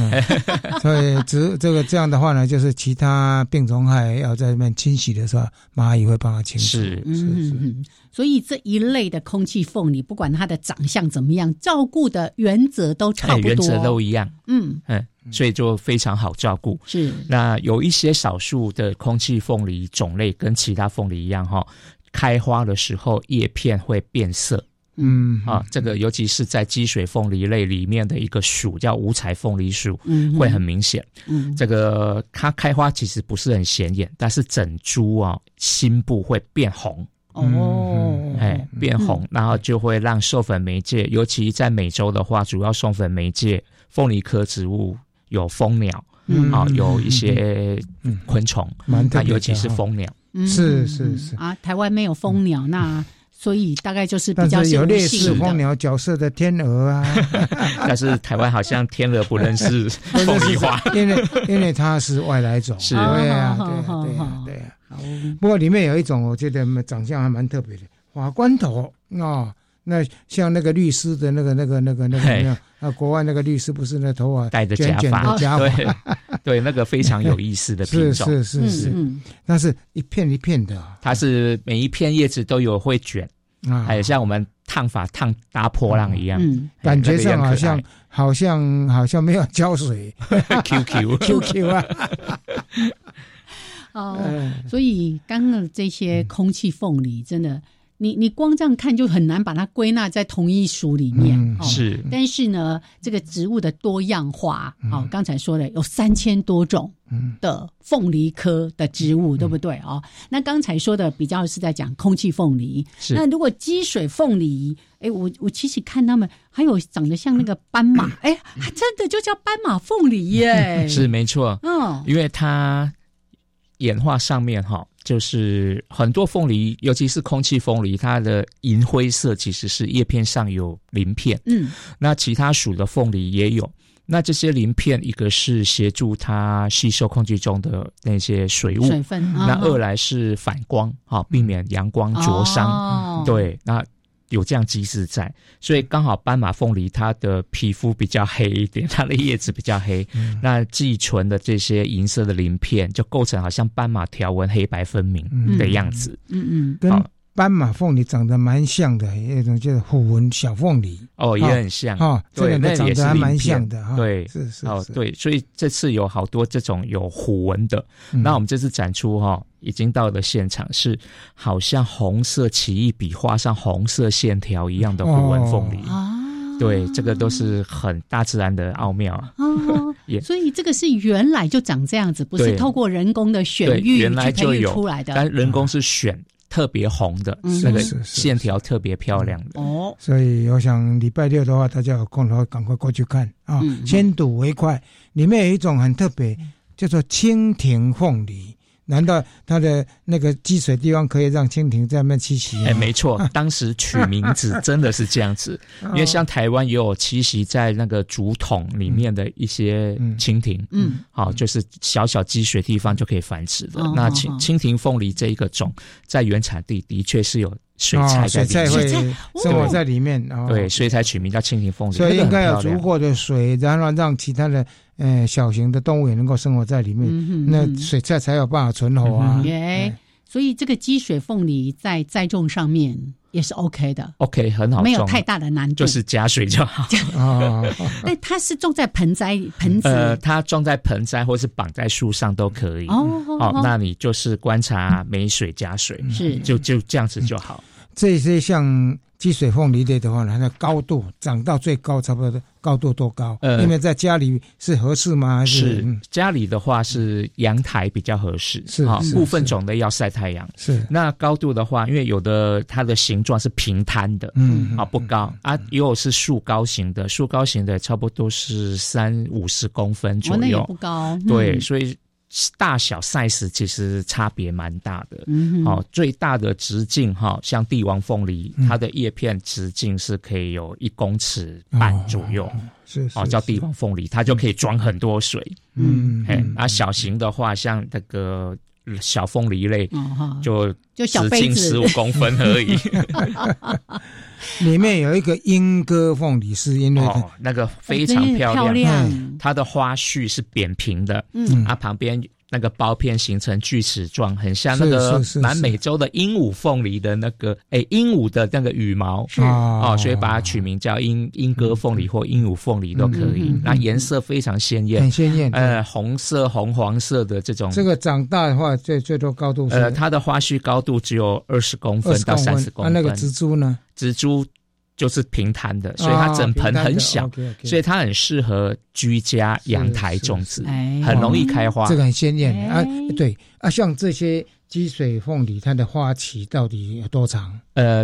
[SPEAKER 4] 所以植这个这样的话呢，就是其他病虫害要在那边清洗的时候，蚂蚁会帮它清除。
[SPEAKER 8] 是
[SPEAKER 3] 嗯，所以这一类的空气凤梨，不管它的长相怎么样，照顾的原则都差
[SPEAKER 8] 哎，
[SPEAKER 3] 不多，
[SPEAKER 8] 原则都一样，
[SPEAKER 3] 嗯
[SPEAKER 8] 嗯，所以就非常好照顾。
[SPEAKER 3] 是嗯
[SPEAKER 8] 那有一些少数的空气凤梨种类跟其他凤梨一样哈、开花的时候叶片会变色。
[SPEAKER 4] 嗯
[SPEAKER 8] 啊，这个尤其是在积水凤梨类里面的一个属叫五彩凤梨属，
[SPEAKER 3] 嗯
[SPEAKER 8] 会很明显。
[SPEAKER 3] 嗯
[SPEAKER 8] 这个它开花其实不是很显眼，但是整株啊、心部会变红。
[SPEAKER 4] 嗯
[SPEAKER 3] 哦，
[SPEAKER 8] 哎，变红，然后就会让授粉媒介，尤其在美洲的话，主要授粉媒介凤梨科植物有蜂鸟，
[SPEAKER 4] 嗯
[SPEAKER 8] 啊，有一些昆虫，
[SPEAKER 4] 蛮特
[SPEAKER 8] 那
[SPEAKER 4] 别的
[SPEAKER 8] 尤其是
[SPEAKER 4] 哈
[SPEAKER 8] 蜂鸟，
[SPEAKER 3] 嗯
[SPEAKER 4] 是是
[SPEAKER 3] 是啊，台湾没有蜂鸟，那所以大概就是比较
[SPEAKER 4] 但是有
[SPEAKER 3] 无
[SPEAKER 4] 类
[SPEAKER 3] 性
[SPEAKER 4] 似
[SPEAKER 3] 的
[SPEAKER 4] 蜂鸟角色的天鹅
[SPEAKER 3] [LAUGHS]
[SPEAKER 4] 啊，
[SPEAKER 8] 但是台湾好像天鹅不
[SPEAKER 4] [LAUGHS]
[SPEAKER 8] 认识凤梨花，
[SPEAKER 4] 因为因为它是外来种，
[SPEAKER 8] 是
[SPEAKER 4] 对啊，
[SPEAKER 3] 好
[SPEAKER 4] 对啊，
[SPEAKER 3] 好
[SPEAKER 4] 对
[SPEAKER 3] 好哦
[SPEAKER 4] 啊，对啊。不过里面有一种，我觉得蛮长相还蛮特别的，法官头啊、哦那像那个律师的那个、那个、那个、那个
[SPEAKER 8] 嘿
[SPEAKER 4] 有没有，啊，国外那个律师不是那头发
[SPEAKER 8] 戴着
[SPEAKER 4] 卷
[SPEAKER 8] 假
[SPEAKER 4] 卷
[SPEAKER 8] 发
[SPEAKER 4] 的，假
[SPEAKER 3] 哦
[SPEAKER 4] 发，
[SPEAKER 8] 对对，那个非常有意思的品
[SPEAKER 4] [LAUGHS] 是
[SPEAKER 8] 种，
[SPEAKER 4] 是
[SPEAKER 3] 嗯
[SPEAKER 4] 是是，那是一片一片的啊，
[SPEAKER 8] 它是每一片叶子都有会卷，
[SPEAKER 4] 啊
[SPEAKER 8] 还有像我们烫发烫搭波浪一样，
[SPEAKER 4] 嗯
[SPEAKER 8] 哎
[SPEAKER 4] 感觉上好
[SPEAKER 8] 那个也很可爱
[SPEAKER 4] 像好像好像没有浇
[SPEAKER 8] [LAUGHS]
[SPEAKER 4] 水 [LAUGHS]
[SPEAKER 8] QQ
[SPEAKER 4] QQ 啊，
[SPEAKER 3] 哦
[SPEAKER 4] 哎，
[SPEAKER 3] 所以刚刚的这
[SPEAKER 8] 嗯
[SPEAKER 3] 些空气凤梨真的。你你光这样看就很难把它归纳在同一属里面、
[SPEAKER 8] 嗯
[SPEAKER 3] 哦，
[SPEAKER 8] 是
[SPEAKER 3] 但是呢，这个植物的多样化，
[SPEAKER 8] 嗯
[SPEAKER 3] 哦，刚才说了有三千多种的凤梨科的植
[SPEAKER 8] 嗯
[SPEAKER 3] 物，对不对哦？那刚才说的比较是在讲空气凤梨，
[SPEAKER 8] 是
[SPEAKER 3] 那如果积水凤梨，哎，我我其实看它们还有长得像那个斑
[SPEAKER 8] [COUGHS]
[SPEAKER 3] 马，哎，还真的就叫斑马凤梨耶，
[SPEAKER 8] 是没错，
[SPEAKER 3] 嗯
[SPEAKER 8] 因为它演化上面哈，就是很多凤梨，尤其是空气凤梨，它的银灰色其实是叶片上有鳞片，
[SPEAKER 3] 嗯，
[SPEAKER 8] 那其他属的凤梨也有。那这些鳞片，一个是协助它吸收空气中的那些水雾，
[SPEAKER 3] 水分
[SPEAKER 8] 那
[SPEAKER 3] 嗯
[SPEAKER 8] 二来是反光，哈、避免阳光灼伤。
[SPEAKER 3] 哦
[SPEAKER 8] 对，那有这样机制在，所以刚好斑马凤梨它的皮肤比较黑一点，它的叶子比较黑，那寄存的这些银色的鳞片就构成好像斑马条纹黑白分明的样子。
[SPEAKER 3] 嗯嗯，
[SPEAKER 4] 跟斑马凤梨长得蛮像的，有一种就是虎纹小凤梨
[SPEAKER 8] 哦，也很像
[SPEAKER 4] 哦，这
[SPEAKER 8] 对，
[SPEAKER 4] 两
[SPEAKER 8] 那
[SPEAKER 4] 个长
[SPEAKER 8] 也是
[SPEAKER 4] 得还
[SPEAKER 8] 鳞
[SPEAKER 4] 蛮
[SPEAKER 8] 片
[SPEAKER 4] 像的哈，
[SPEAKER 8] 对，
[SPEAKER 4] 是是
[SPEAKER 8] 哦
[SPEAKER 4] 是，
[SPEAKER 8] 对，所以这次有好多这种有虎纹的，
[SPEAKER 4] 嗯
[SPEAKER 8] 那我们这次展出哈、已经到了现场，是好像红色奇异笔画上红色线条一样的虎纹凤梨、
[SPEAKER 3] 啊，
[SPEAKER 8] 嗯对，这个都是很大自然的奥妙啊。
[SPEAKER 3] 哦，
[SPEAKER 8] [LAUGHS] 也
[SPEAKER 3] 所以这个是原来就长这样子，不是
[SPEAKER 8] 对
[SPEAKER 3] 透过人工的选
[SPEAKER 8] 对，
[SPEAKER 3] 育
[SPEAKER 8] 原来
[SPEAKER 3] 去
[SPEAKER 8] 就
[SPEAKER 3] 培育
[SPEAKER 8] 有
[SPEAKER 3] 出来的。
[SPEAKER 8] 但人工是选特别红的，
[SPEAKER 3] 嗯
[SPEAKER 8] 那个
[SPEAKER 3] 是
[SPEAKER 8] 线条特别漂亮的。
[SPEAKER 3] 哦，
[SPEAKER 4] 所以我想礼拜六的话，大家有空的话赶快过去看啊，
[SPEAKER 3] 嗯
[SPEAKER 4] 先睹为快。里面有一种很特别，叫做蜻蜓凤梨。难道它的那个积水地方可以让蜻蜓在那边栖息吗？
[SPEAKER 3] 嗯
[SPEAKER 8] 哎，没错，当时取名字真的是这样
[SPEAKER 3] [LAUGHS]
[SPEAKER 8] 子，
[SPEAKER 4] 啊
[SPEAKER 3] 哦
[SPEAKER 8] 因为像台湾也有栖息在那个竹筒里面的一些蜻蜓，
[SPEAKER 3] 嗯嗯，
[SPEAKER 8] 好，就是小小积水地方就可以繁殖的
[SPEAKER 3] 哦。
[SPEAKER 8] 那
[SPEAKER 3] 哦
[SPEAKER 8] 蜻
[SPEAKER 3] 哦
[SPEAKER 8] 蜻蜓凤梨这一个种，在原产地的确是有水
[SPEAKER 4] 哦，
[SPEAKER 8] 菜
[SPEAKER 4] 水
[SPEAKER 8] 在
[SPEAKER 4] 菜
[SPEAKER 8] 里
[SPEAKER 4] 会
[SPEAKER 8] 面，
[SPEAKER 4] 生活在里面哦。
[SPEAKER 8] 对，所以才取名叫蜻蜓凤梨，
[SPEAKER 4] 所以
[SPEAKER 8] 那个
[SPEAKER 4] 应
[SPEAKER 8] 很
[SPEAKER 4] 该有
[SPEAKER 8] 漂亮
[SPEAKER 4] 足够的水，然后让其他的呃小型的动物也能够生活在里面，
[SPEAKER 3] 嗯哼
[SPEAKER 4] 那水菜才有办法存活啊。
[SPEAKER 8] 嗯
[SPEAKER 3] 耶，所以这个积水凤梨在栽种上面也是 OK 的，
[SPEAKER 8] OK，很好种，
[SPEAKER 3] 没有太大的难度。
[SPEAKER 8] 就是加水就好。
[SPEAKER 3] 嗯
[SPEAKER 4] 啊，
[SPEAKER 3] 那它是种在盆栽
[SPEAKER 4] 嗯
[SPEAKER 3] 盆
[SPEAKER 8] 呃，
[SPEAKER 3] 子，
[SPEAKER 8] 它装在盆栽或是绑在树上都可以。
[SPEAKER 3] 哦哦
[SPEAKER 8] 那你就是观察没水加
[SPEAKER 4] 嗯
[SPEAKER 8] 水，
[SPEAKER 3] 是
[SPEAKER 8] 就就这样子就好。
[SPEAKER 4] 这些像积水凤梨类的话呢，它的高度长到最高，差不多高度多高？
[SPEAKER 8] 呃
[SPEAKER 4] 因为在家里是合适吗？还
[SPEAKER 8] 是
[SPEAKER 4] 嗯
[SPEAKER 8] 家里的话是阳台比较合适，
[SPEAKER 4] 是
[SPEAKER 8] 啊
[SPEAKER 4] 是
[SPEAKER 8] 部分
[SPEAKER 4] 是
[SPEAKER 8] 种类要晒太阳。
[SPEAKER 4] 是
[SPEAKER 8] 那高度的话，因为有的它的形状是平摊的，
[SPEAKER 4] 嗯
[SPEAKER 8] 啊不高啊，也有是树高型的，树高型的差不多是三五十公分
[SPEAKER 3] 哦，
[SPEAKER 8] 左
[SPEAKER 3] 那也
[SPEAKER 8] 右
[SPEAKER 3] 不，高。嗯
[SPEAKER 8] 对，，所以大小 size 其实差别蛮大的。
[SPEAKER 3] 嗯哼
[SPEAKER 8] 好、最大的直径哈、像帝王凤梨，
[SPEAKER 4] 嗯
[SPEAKER 8] 它的叶片直径是可以有一公尺半左右，
[SPEAKER 4] 哦是
[SPEAKER 8] 哦，叫帝王凤梨，它就可以装很多水。
[SPEAKER 4] 嗯
[SPEAKER 8] 嘿，啊，小型的话，像那个小凤梨类，
[SPEAKER 3] 哦哈
[SPEAKER 8] 就
[SPEAKER 3] 就小
[SPEAKER 8] 直
[SPEAKER 3] 杯
[SPEAKER 8] 径
[SPEAKER 3] 子 [LAUGHS]
[SPEAKER 8] 十五公分而
[SPEAKER 4] [LAUGHS]
[SPEAKER 8] 已。
[SPEAKER 4] 里面有一个莺歌凤梨，是因为它
[SPEAKER 8] 哦，那个非常漂亮，嗯
[SPEAKER 3] 哦真的漂亮
[SPEAKER 8] 它的花序是扁平的，
[SPEAKER 3] 嗯
[SPEAKER 8] 啊，旁边那个苞片形成锯齿状，很像那个
[SPEAKER 4] 是是是
[SPEAKER 8] 南美洲的鹦鹉凤梨的那个，哎，鹦鹉的那个羽毛
[SPEAKER 4] 是哦嗯
[SPEAKER 8] 哦，所以把它取名叫鹦鹦哥凤梨或鹦鹉凤梨都可以
[SPEAKER 4] 嗯嗯嗯，
[SPEAKER 8] 那颜色非常鲜
[SPEAKER 4] 很
[SPEAKER 8] 艳，
[SPEAKER 4] 鲜艳。
[SPEAKER 8] 呃，红色、红黄色的这种。
[SPEAKER 4] 这个长大的话，最最多高度是
[SPEAKER 8] 呃，它的花序高度只有二十公
[SPEAKER 4] 二
[SPEAKER 8] 分
[SPEAKER 4] 十
[SPEAKER 8] 到
[SPEAKER 4] 公
[SPEAKER 8] 三
[SPEAKER 4] 分
[SPEAKER 8] 十，公
[SPEAKER 4] 那
[SPEAKER 8] 分，
[SPEAKER 4] 那个蜘蛛哦呢？啊
[SPEAKER 8] 植株就是平摊的，所以它整盆很小，所以它很适合居家阳台种植，
[SPEAKER 3] 哎，
[SPEAKER 8] 很容易开花。
[SPEAKER 4] 这个很鲜艳啊
[SPEAKER 3] 哎！
[SPEAKER 4] 对啊，像这些积水凤梨，它的花期到底有多长？
[SPEAKER 8] 呃，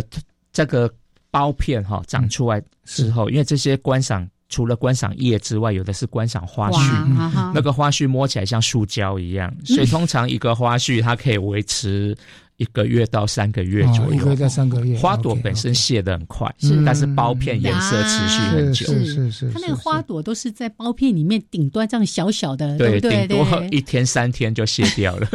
[SPEAKER 8] 这个苞片哈、
[SPEAKER 4] 嗯
[SPEAKER 8] 长出来之后，因为这些观赏除了观赏叶之外，有的是观赏花
[SPEAKER 3] 哇
[SPEAKER 8] 序。
[SPEAKER 3] 哈哈
[SPEAKER 8] 那个花序摸起来像塑胶一样，
[SPEAKER 3] [LAUGHS]
[SPEAKER 8] 所以通常一个花序它可以维持一个月到三个月
[SPEAKER 4] 哦
[SPEAKER 8] 左
[SPEAKER 4] 一个
[SPEAKER 8] 右。
[SPEAKER 4] 月到三个月。
[SPEAKER 8] 花朵
[SPEAKER 4] OK，
[SPEAKER 8] 本身谢得很快，
[SPEAKER 4] 是
[SPEAKER 8] 但是苞片颜色持续很久，
[SPEAKER 4] 是是是，
[SPEAKER 3] 它那
[SPEAKER 4] 是
[SPEAKER 3] 个花朵都是在苞片里面，顶端这样小小的，对不对？
[SPEAKER 8] 顶多
[SPEAKER 3] 对
[SPEAKER 8] 一天三天就卸掉了。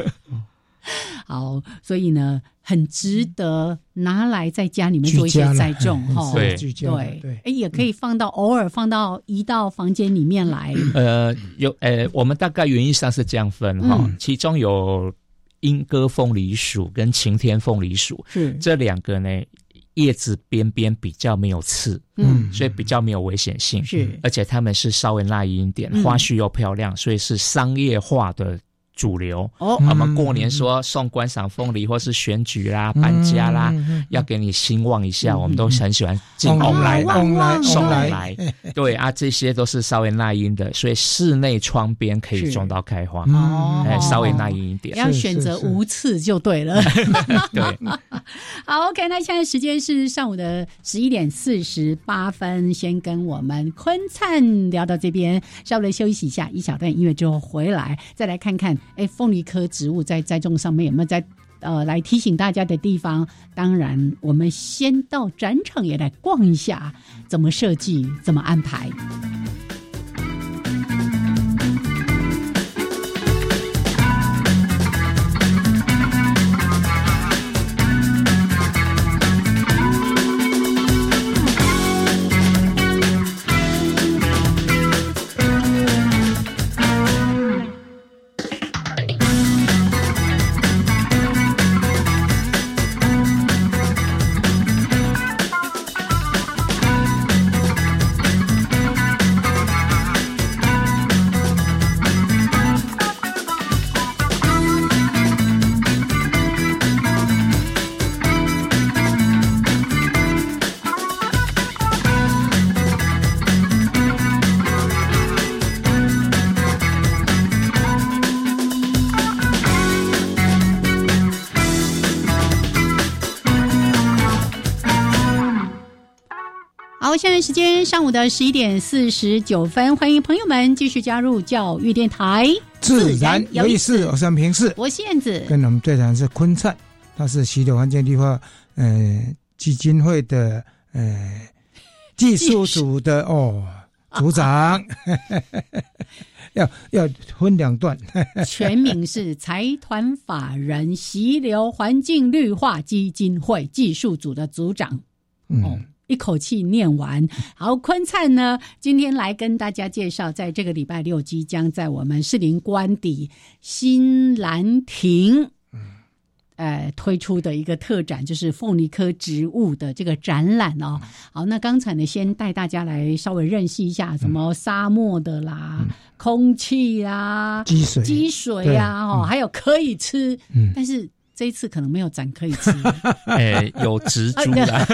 [SPEAKER 3] 好，所以呢，很值得拿来在家里面做一
[SPEAKER 4] 居家
[SPEAKER 3] 些
[SPEAKER 4] 了
[SPEAKER 3] 栽
[SPEAKER 8] [LAUGHS]
[SPEAKER 3] 种
[SPEAKER 4] 嗯
[SPEAKER 3] 哈。
[SPEAKER 4] 是
[SPEAKER 8] 对
[SPEAKER 4] 居家了
[SPEAKER 3] 对
[SPEAKER 4] 对
[SPEAKER 3] 哎，也可以放到偶尔放到移到房间里面来。
[SPEAKER 8] 呃，有呃，我们大概原意上是这样分哈、
[SPEAKER 3] 嗯
[SPEAKER 8] 其中有莺歌凤梨属跟晴天凤梨属
[SPEAKER 3] 是，
[SPEAKER 8] 这两个呢，叶子边边比较没有刺，
[SPEAKER 3] 嗯，
[SPEAKER 8] 所以比较没有危险性，
[SPEAKER 3] 是
[SPEAKER 8] 而且它们是稍微耐阴一点，
[SPEAKER 3] 嗯
[SPEAKER 8] 花絮又漂亮，所以是商业化的。主流
[SPEAKER 3] 哦
[SPEAKER 8] 啊我们过年说送观赏凤梨，或是选举啦、搬家啦，
[SPEAKER 4] 嗯嗯嗯
[SPEAKER 8] 要给你兴旺一下，
[SPEAKER 3] 嗯
[SPEAKER 8] 我们都很喜欢进
[SPEAKER 3] 哦
[SPEAKER 8] 红来
[SPEAKER 4] 来
[SPEAKER 8] 的。
[SPEAKER 4] 翁来
[SPEAKER 8] 送
[SPEAKER 4] 翁
[SPEAKER 8] 来， [LAUGHS] 对啊，这些都是稍微耐阴的，所以室内窗边可以种到开花，
[SPEAKER 4] 嗯
[SPEAKER 8] 哎，稍微耐阴一点。
[SPEAKER 3] 哦要
[SPEAKER 4] 是
[SPEAKER 3] 选
[SPEAKER 4] 是
[SPEAKER 3] 择
[SPEAKER 4] 是
[SPEAKER 3] 无刺就对了。
[SPEAKER 8] 对，
[SPEAKER 3] 好，OK，那现在时间是上午的十一点四十八分，先跟我们坤灿聊到这边，稍微休息一下，一小段音乐之后回来，再来看看，哎，凤梨科植物在栽种上面有没有在呃来提醒大家的地方？当然，我们先到展场也来逛一下，怎么设计，怎么安排。
[SPEAKER 4] 嗯
[SPEAKER 3] 好，现在时间上午的十一点四十九分，欢迎朋友们继续加入教育电台，
[SPEAKER 4] 自然有意思，我是安平市，
[SPEAKER 3] 我是燕子，
[SPEAKER 4] 跟我们对谈是昆灿，他是西德环境绿化嗯、呃、基金会的呃技术
[SPEAKER 3] [LAUGHS]
[SPEAKER 4] 组的哦组长， [LAUGHS] 要要分两段，
[SPEAKER 3] 全名是财团法人溪流环境绿化基金会技术组的组长，
[SPEAKER 4] 嗯。
[SPEAKER 3] 哦一口气念完。好，坤灿呢，今天来跟大家介绍，在这个礼拜六即将在我们士林官邸新兰亭，呃，推出的一个特展，就是凤梨科植物的这个展览哦。好，那刚才呢，先带大家来稍微认识一下什么沙漠的啦、空气啦、
[SPEAKER 4] 积水
[SPEAKER 3] 积水呀、
[SPEAKER 4] 对
[SPEAKER 3] 哦，还有可以吃，
[SPEAKER 4] 嗯
[SPEAKER 3] 但是。这一次可能没有展可以吃，
[SPEAKER 8] 哎、有植株
[SPEAKER 3] [LAUGHS]
[SPEAKER 8] 啦，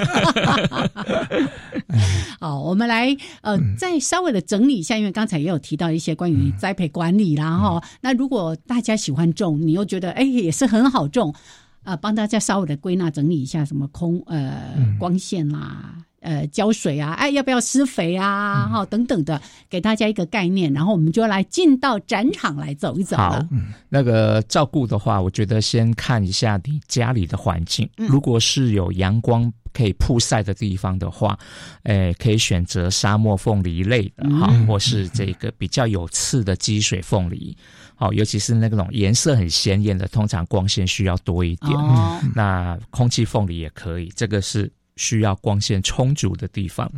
[SPEAKER 3] 好，我们来呃，再稍微的整理一下，因为刚才也有提到一些关于栽培管理啦哈、那如果大家喜欢种，你又觉得哎也是很好种，啊、帮大家稍微的归纳整理一下，什么空呃光线啦。呃，浇水啊，哎，要不要施肥啊？哈、等等的，给大家一个概念，然后我们就来进到展场来走一走
[SPEAKER 8] 好嗯
[SPEAKER 3] 了。，
[SPEAKER 8] 那个照顾的话，我觉得先看一下你家里的环境，
[SPEAKER 3] 嗯
[SPEAKER 8] 如果是有阳光可以曝晒的地方的话，诶、可以选择沙漠凤梨类的哈，
[SPEAKER 3] 嗯
[SPEAKER 8] 或是这个比较有刺的积水凤梨，好，尤其是那种颜色很鲜艳的，通常光线需要多一点。嗯
[SPEAKER 3] 哦
[SPEAKER 8] 那空气凤梨也可以，这个是需要光线充足的地方。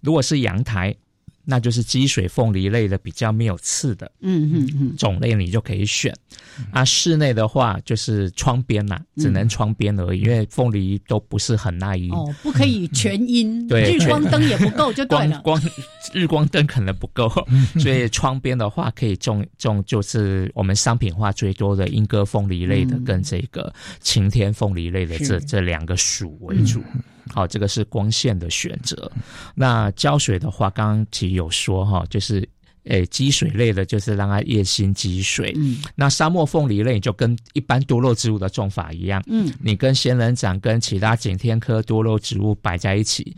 [SPEAKER 8] 如果是阳台，那就是积水凤梨类的比较没有刺的，
[SPEAKER 3] 嗯嗯嗯，
[SPEAKER 8] 种类你就可以选。啊，室内的话就是窗边啦，只能窗边而已，因为凤梨都不是很耐阴。
[SPEAKER 3] 哦，不可以全阴，
[SPEAKER 8] 嗯对
[SPEAKER 3] 日光灯也不够， [LAUGHS] 就对嗯
[SPEAKER 8] 光
[SPEAKER 3] 了。
[SPEAKER 8] 光日光灯可能不够， [LAUGHS] 所以窗边的话可以种种，就是我们商品化最多的莺歌凤梨类的
[SPEAKER 3] 嗯
[SPEAKER 8] 跟这个晴天凤梨类的这
[SPEAKER 3] 是嗯
[SPEAKER 8] 这两个属为主。好，这个是光线的选择。那浇水的话，刚刚其实有说哈，就是诶积水类的，就是让它叶心积水。
[SPEAKER 3] 嗯
[SPEAKER 8] 那沙漠凤梨类就跟一般多肉植物的种法一样，
[SPEAKER 3] 嗯
[SPEAKER 8] 你跟仙人掌跟其他景天科多肉植物摆在一起，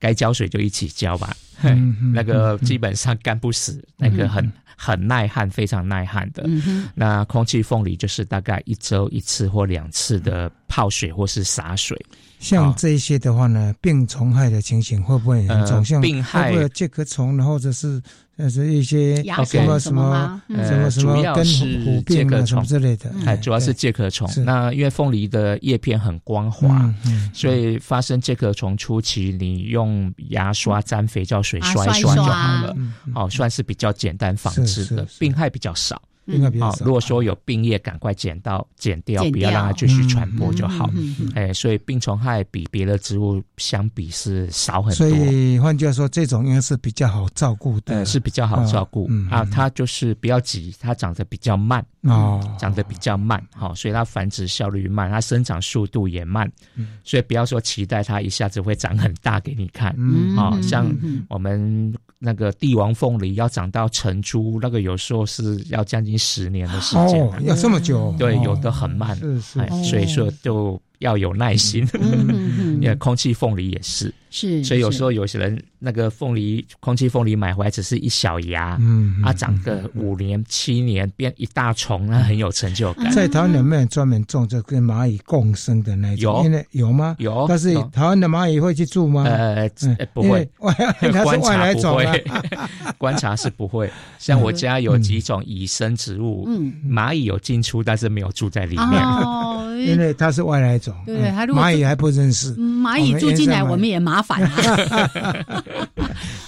[SPEAKER 8] 该浇水就一起浇吧。嘿
[SPEAKER 4] 嗯嗯
[SPEAKER 8] 那个基本上干不死，那个很很耐旱，非常耐旱的。
[SPEAKER 3] 嗯哼
[SPEAKER 8] 那空气凤梨就是大概一周一次或两次的泡水或是洒水。
[SPEAKER 4] 像这一些的话呢，病虫害的情形会不会很严重？
[SPEAKER 8] 呃
[SPEAKER 4] 像
[SPEAKER 8] 病害
[SPEAKER 4] 会不会有介壳虫，然后者是呃是一些
[SPEAKER 3] 蚜
[SPEAKER 4] 什么
[SPEAKER 8] 虫
[SPEAKER 4] 什
[SPEAKER 3] 什么
[SPEAKER 4] 么呃
[SPEAKER 3] 吗嗯
[SPEAKER 4] 什么什么
[SPEAKER 8] 呃主要
[SPEAKER 4] 根
[SPEAKER 8] 是
[SPEAKER 4] 虎
[SPEAKER 8] 介
[SPEAKER 4] 病
[SPEAKER 8] 壳
[SPEAKER 4] 啊什么
[SPEAKER 8] 虫
[SPEAKER 4] 之类的，
[SPEAKER 8] 哎，主要是
[SPEAKER 4] 对
[SPEAKER 8] 介壳虫
[SPEAKER 4] 是。
[SPEAKER 8] 那因为凤梨的叶片很光滑，
[SPEAKER 4] 嗯嗯
[SPEAKER 8] 所以发生介壳虫初期，你用牙刷沾肥皂水
[SPEAKER 3] 啊
[SPEAKER 8] 刷一
[SPEAKER 3] 刷一
[SPEAKER 8] 就
[SPEAKER 3] 刷
[SPEAKER 8] 好了
[SPEAKER 4] 嗯。
[SPEAKER 8] 哦，算是比较简单防治
[SPEAKER 4] 是
[SPEAKER 8] 的
[SPEAKER 4] 是，是
[SPEAKER 8] 病害比较少。
[SPEAKER 3] 嗯
[SPEAKER 4] 应该比较
[SPEAKER 8] 哦
[SPEAKER 4] 少。
[SPEAKER 8] 如果说有病叶，赶快剪到剪掉，
[SPEAKER 3] 剪
[SPEAKER 8] 不要让它
[SPEAKER 3] 掉
[SPEAKER 8] 继续传播就好。
[SPEAKER 3] 嗯嗯嗯
[SPEAKER 8] 哎，所以病虫害比别的植物相比是少很
[SPEAKER 4] 所
[SPEAKER 8] 多。
[SPEAKER 4] 以换句话说，这种应该是比较好照顾的，
[SPEAKER 8] 呃，是比较好照顾、
[SPEAKER 4] 嗯
[SPEAKER 8] 啊，它就是不要急，它长得比较慢，
[SPEAKER 4] 哦
[SPEAKER 8] 长得比较慢，好、所以它繁殖效率慢，它生长速度也慢，所以不要说期待它一下子会长很大给你看，
[SPEAKER 4] 嗯
[SPEAKER 8] 好、像
[SPEAKER 3] 嗯嗯
[SPEAKER 8] 我们那个帝王凤梨要长到成株，那个有时候是要将近十年的时间，
[SPEAKER 4] 哦，要这么久，
[SPEAKER 8] 对，
[SPEAKER 4] 哦
[SPEAKER 8] 有的很慢，
[SPEAKER 4] 是是哦
[SPEAKER 8] 哎，
[SPEAKER 3] 哦
[SPEAKER 8] 所以说就要有耐心，
[SPEAKER 3] 嗯嗯
[SPEAKER 8] 因为
[SPEAKER 3] 嗯，
[SPEAKER 8] 空气凤梨也是。
[SPEAKER 3] 是，
[SPEAKER 8] 所以有时
[SPEAKER 3] 候
[SPEAKER 8] 候有些人那个凤梨，空气凤梨买回来只是一小芽，
[SPEAKER 4] 嗯
[SPEAKER 8] 它啊长个五年七年变一大丛，那很有成就感。
[SPEAKER 4] 在台湾有没有专门种这跟蚂蚁共生的那种？
[SPEAKER 8] 有
[SPEAKER 4] 因为有吗？
[SPEAKER 8] 有
[SPEAKER 4] 但是
[SPEAKER 8] 有
[SPEAKER 4] 台湾的蚂蚁会去住吗？嗯
[SPEAKER 8] 呃，呃不
[SPEAKER 4] 因
[SPEAKER 8] 会 [LAUGHS]
[SPEAKER 4] 为，外它是外
[SPEAKER 8] 观察
[SPEAKER 4] 来 [LAUGHS]
[SPEAKER 8] 不
[SPEAKER 4] 种啊
[SPEAKER 8] 会， [LAUGHS] 观察是不会。像我家有几种蚁生植物，
[SPEAKER 3] 嗯
[SPEAKER 8] 蚂蚁有进出，但是没有住在里面。
[SPEAKER 4] 啊
[SPEAKER 3] 哦，
[SPEAKER 4] 因为它是外来种，
[SPEAKER 3] 对
[SPEAKER 4] 嗯
[SPEAKER 3] 它如果
[SPEAKER 4] 蚂蚁还不认识，
[SPEAKER 3] 蚂蚁住进来，我们
[SPEAKER 4] 也
[SPEAKER 3] 也麻烦
[SPEAKER 4] [LAUGHS]
[SPEAKER 3] 啊。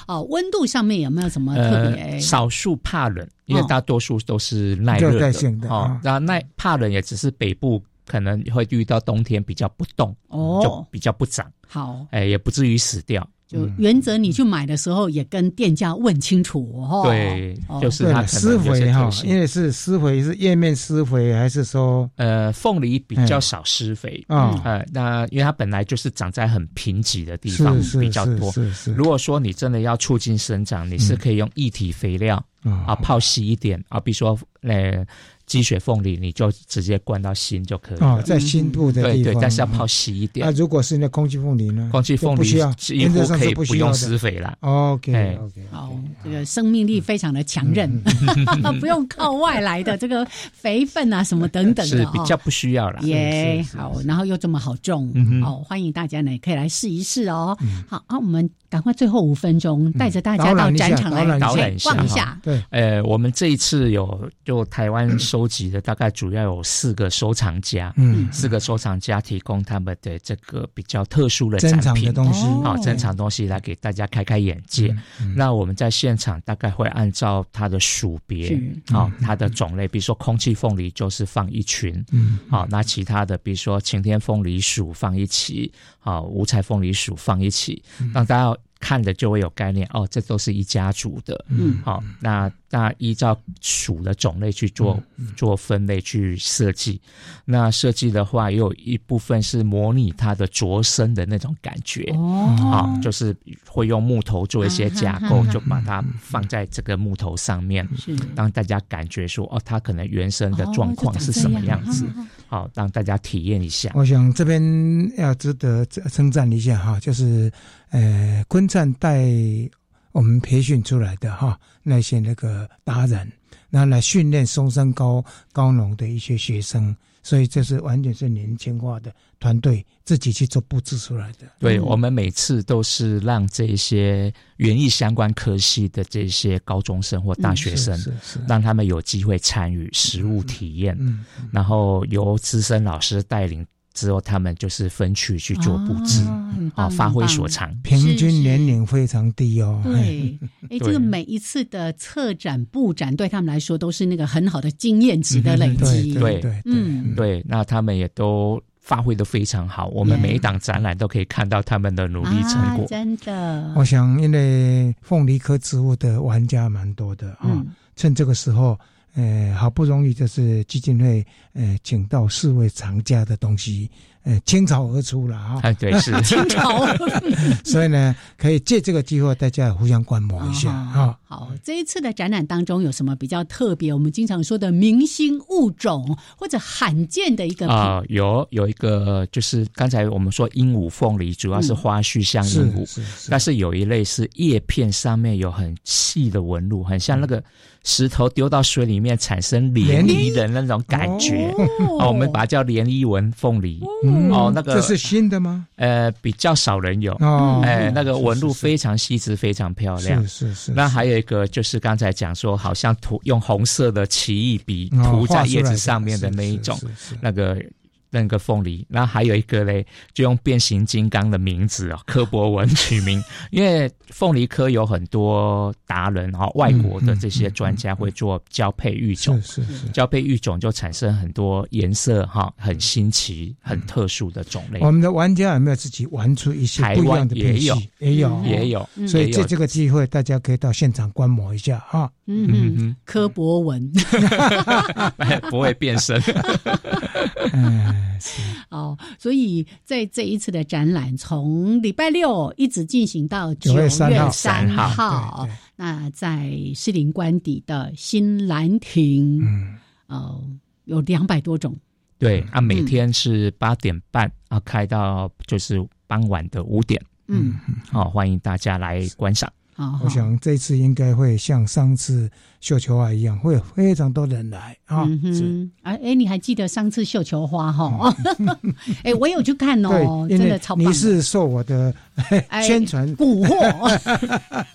[SPEAKER 3] 哦，温度上面有没有什么特
[SPEAKER 4] 哎
[SPEAKER 3] 别？
[SPEAKER 8] 呃少数怕冷，因为
[SPEAKER 3] 哦
[SPEAKER 8] 大多数都是耐热
[SPEAKER 4] 热带
[SPEAKER 8] 的
[SPEAKER 4] 性的
[SPEAKER 8] 哦
[SPEAKER 4] 啊。
[SPEAKER 8] 那耐怕冷也只是北部可能会遇到冬天比较不冻，就嗯
[SPEAKER 3] 哦，
[SPEAKER 8] 比较不长，
[SPEAKER 3] 好，
[SPEAKER 8] 哎，也不至于死掉。
[SPEAKER 3] 就原则你去买的时候也跟店家问清楚哦。
[SPEAKER 8] 对
[SPEAKER 3] 哦，
[SPEAKER 8] 就是
[SPEAKER 4] 对
[SPEAKER 8] 它
[SPEAKER 4] 了，
[SPEAKER 8] 可
[SPEAKER 4] 施
[SPEAKER 8] 能有
[SPEAKER 4] 肥
[SPEAKER 8] 些
[SPEAKER 4] 哈
[SPEAKER 8] 特，性
[SPEAKER 4] 因为是施肥是叶面施肥，还是说
[SPEAKER 8] 呃，凤梨比较少施肥
[SPEAKER 4] 嗯哦
[SPEAKER 8] 呃，那因为它本来就是长在很贫瘠的地
[SPEAKER 4] 是
[SPEAKER 8] 方
[SPEAKER 4] 是
[SPEAKER 8] 比较多。
[SPEAKER 4] 是是嗯是，
[SPEAKER 8] 如果说你真的要促进生长，你是可以用液体肥料
[SPEAKER 4] 嗯
[SPEAKER 8] 啊啊，泡稀一点啊，比如说呃鸡血凤梨，你就直接灌到心就可以了。
[SPEAKER 4] 哦，在心部的
[SPEAKER 8] 对
[SPEAKER 4] 地
[SPEAKER 8] 对，
[SPEAKER 4] 方，
[SPEAKER 8] 但是要泡稀一点。
[SPEAKER 4] 那如果是那空气凤梨呢？
[SPEAKER 8] 空气
[SPEAKER 4] 就
[SPEAKER 8] 凤
[SPEAKER 4] 不
[SPEAKER 8] 梨
[SPEAKER 4] 需要，
[SPEAKER 8] 几
[SPEAKER 4] 原
[SPEAKER 8] 乎
[SPEAKER 4] 则上
[SPEAKER 8] 可
[SPEAKER 4] 是
[SPEAKER 8] 以
[SPEAKER 4] 不需
[SPEAKER 8] 不
[SPEAKER 4] 要
[SPEAKER 8] 用
[SPEAKER 4] 的
[SPEAKER 8] 施肥啦。
[SPEAKER 4] OK 嗯
[SPEAKER 8] 哎
[SPEAKER 4] OK，
[SPEAKER 3] 好，这个生命力非常的强韧，
[SPEAKER 8] 嗯
[SPEAKER 3] [LAUGHS]
[SPEAKER 4] 嗯
[SPEAKER 3] 不用靠外来的这个肥分啊什么等等
[SPEAKER 8] 是
[SPEAKER 3] 的
[SPEAKER 8] 比
[SPEAKER 3] 哈。
[SPEAKER 8] 较不需要啦。
[SPEAKER 3] 耶，好，然后又这么好种
[SPEAKER 8] 嗯哼，嗯
[SPEAKER 3] 哦，欢迎大家呢可以来试一试哦。好啊，我们赶快最后五分钟带着大家
[SPEAKER 8] 导
[SPEAKER 3] 到
[SPEAKER 8] 览一下
[SPEAKER 3] 展场来
[SPEAKER 8] 导览
[SPEAKER 3] 哎
[SPEAKER 8] 嗯一下
[SPEAKER 3] 逛一
[SPEAKER 8] 哈
[SPEAKER 3] 下。
[SPEAKER 4] 对，
[SPEAKER 8] 呃，我们这一次有就台湾收集的大概主要有四个收藏家，
[SPEAKER 4] 嗯
[SPEAKER 8] 四个收藏家提供他们的这个比较特殊的
[SPEAKER 4] 珍
[SPEAKER 8] 展
[SPEAKER 4] 藏的
[SPEAKER 8] 品
[SPEAKER 4] 东西嗯
[SPEAKER 8] 啊
[SPEAKER 4] 哦，
[SPEAKER 8] 珍藏东西来给大家开开眼界。
[SPEAKER 12] 嗯
[SPEAKER 8] 那我们在现场大概会按照它的属别
[SPEAKER 12] 是，
[SPEAKER 8] 啊，
[SPEAKER 4] 嗯
[SPEAKER 8] 它的种类，比如说空气凤梨就是放一群，
[SPEAKER 12] 嗯
[SPEAKER 8] 好，那其他的比如说晴天凤梨属放一起，好，五彩凤梨属放一起，
[SPEAKER 4] 嗯
[SPEAKER 8] 让大家。看的就会有概念哦，这都是一家族的，
[SPEAKER 12] 嗯
[SPEAKER 8] 好、那那依照属的种类去做做分类去设计，那设计的话也有一部分是模拟它的着身的那种感觉，
[SPEAKER 3] 哦
[SPEAKER 8] 好、就是会用木头做一些架构，
[SPEAKER 12] 啊哈哈
[SPEAKER 8] 就把它放在这个木头上面，
[SPEAKER 3] 是
[SPEAKER 8] 让大家感觉说哦，它可能原生的
[SPEAKER 4] 哦
[SPEAKER 8] 状
[SPEAKER 4] 就
[SPEAKER 8] 况
[SPEAKER 4] 长
[SPEAKER 8] 是
[SPEAKER 4] 这
[SPEAKER 8] 什么
[SPEAKER 4] 样
[SPEAKER 8] 样
[SPEAKER 4] 哈
[SPEAKER 8] 子嗯
[SPEAKER 4] 哈，
[SPEAKER 3] 哦
[SPEAKER 8] 好、让大家体验一下。
[SPEAKER 4] 我想这边要值得称赞一下哈，就是呃，昆灿带我们培训出来的哈那些那个达人，那来训练松山高高农的一些学生，所以这是完全是年轻化的团队自己去做布置出来的。
[SPEAKER 8] 对、我们每次都是让这些园艺相关科系的这些高中生或大学生，
[SPEAKER 4] 嗯是是是
[SPEAKER 8] 让他们有机会参与实物体验，
[SPEAKER 4] 嗯
[SPEAKER 8] 然后由资深老师带领之后，他们就是分区去做布置，
[SPEAKER 4] 嗯
[SPEAKER 8] 啊、发挥所长。
[SPEAKER 4] 平均年龄非常低哦。
[SPEAKER 3] 对，哎，这
[SPEAKER 8] [LAUGHS] 对
[SPEAKER 3] 个每一次的策展、布展对他们来说都是那个很好的经验值的累积。
[SPEAKER 8] 对
[SPEAKER 3] 嗯，
[SPEAKER 8] 对，那他们也都发挥的非常好。我们每一档展览都可以看到他们的努力成
[SPEAKER 3] 啊
[SPEAKER 8] 果，。
[SPEAKER 3] 真
[SPEAKER 8] 嗯
[SPEAKER 3] 的，
[SPEAKER 4] 我想，因为凤梨科植物的玩家蛮多的啊、
[SPEAKER 3] 嗯
[SPEAKER 4] 趁这个时候，呃，好不容易就是基金会呃请到四位藏家的东西，呃，倾巢而出了啊。
[SPEAKER 8] 哎对
[SPEAKER 3] [LAUGHS]
[SPEAKER 8] 是倾巢
[SPEAKER 4] 所以呢，可以借这个机会，大家互相观摩一下啊。
[SPEAKER 3] 嗯好，这一次的展览当中有什么比较特别？我们经常说的明星物种或者罕见的一个品
[SPEAKER 8] 啊、有有一个就是刚才我们说鹦鹉凤梨，主要是
[SPEAKER 3] 嗯
[SPEAKER 8] 花序像
[SPEAKER 4] 是
[SPEAKER 8] 鹦鹉，
[SPEAKER 4] 是是
[SPEAKER 8] 但是有一类是叶片上面有很细的纹路，很像那个石头丢到水里面产生
[SPEAKER 4] 涟
[SPEAKER 8] 涟漪的那种感觉。
[SPEAKER 3] 啊
[SPEAKER 8] 哦，我们把它叫涟漪纹凤梨。哦，那个
[SPEAKER 4] 嗯这是新的吗？
[SPEAKER 8] 呃，比较少人有
[SPEAKER 4] 哦
[SPEAKER 8] 哎，那
[SPEAKER 4] 是
[SPEAKER 8] 个
[SPEAKER 4] 是
[SPEAKER 8] 纹路非常细致，非常漂亮。
[SPEAKER 4] 是是是
[SPEAKER 8] 那还有一个就是刚才讲说，好像涂用红色的奇异笔
[SPEAKER 12] 哦
[SPEAKER 8] 涂在
[SPEAKER 12] 画出
[SPEAKER 8] 叶
[SPEAKER 12] 来
[SPEAKER 8] 子
[SPEAKER 12] 的
[SPEAKER 8] 上面的那一种
[SPEAKER 12] 是是，
[SPEAKER 8] 那个那个凤梨。那还有一个嘞，就用变形金刚的名字
[SPEAKER 4] [LAUGHS]
[SPEAKER 8] 哦，柯博文取名，因为凤梨科有很多达人哦，外国的这些专家会做交配育种，
[SPEAKER 4] 是是
[SPEAKER 8] 交配育种就产生很多颜色哈、很新奇、很特殊的种类。
[SPEAKER 4] 我们的玩家有没有自己玩出一些
[SPEAKER 8] 台
[SPEAKER 4] 不一样
[SPEAKER 8] 湾
[SPEAKER 4] 的
[SPEAKER 8] 也
[SPEAKER 4] 品
[SPEAKER 8] 有
[SPEAKER 4] 系？也有哦，
[SPEAKER 8] 也有嗯
[SPEAKER 4] 所以
[SPEAKER 8] 也有
[SPEAKER 4] 借这个机会，大家可以到现场观摩一下哈。
[SPEAKER 3] 嗯嗯，柯博文。 [LAUGHS]
[SPEAKER 8] [LAUGHS] 不会变身。
[SPEAKER 3] 哦，所以在这一次的展览，从礼拜六一直进行到
[SPEAKER 4] 9
[SPEAKER 3] 月
[SPEAKER 4] 月
[SPEAKER 3] 3
[SPEAKER 4] 3
[SPEAKER 3] 号。
[SPEAKER 4] 号
[SPEAKER 3] 号那在士林官邸的新兰亭，嗯，哦，有两百多种。
[SPEAKER 8] 对
[SPEAKER 4] 嗯
[SPEAKER 8] 啊，每天是八点半啊，开到就是傍晚的五点。
[SPEAKER 3] 嗯，
[SPEAKER 8] 好、欢迎大家来观赏。
[SPEAKER 3] 好
[SPEAKER 4] 我想这次应该会像上次绣球花一样，会有非常多人来啊。
[SPEAKER 3] 嗯哼，啊，哎，你还记得上次绣球花
[SPEAKER 4] [LAUGHS]
[SPEAKER 3] 哈？ [LAUGHS] 哎，我有去看哦，
[SPEAKER 4] 对，
[SPEAKER 3] 真
[SPEAKER 4] 因
[SPEAKER 3] 的
[SPEAKER 4] 为
[SPEAKER 3] 超棒的。
[SPEAKER 4] 你是受我的
[SPEAKER 3] 哎
[SPEAKER 4] 宣传
[SPEAKER 3] 蛊惑。
[SPEAKER 4] [LAUGHS]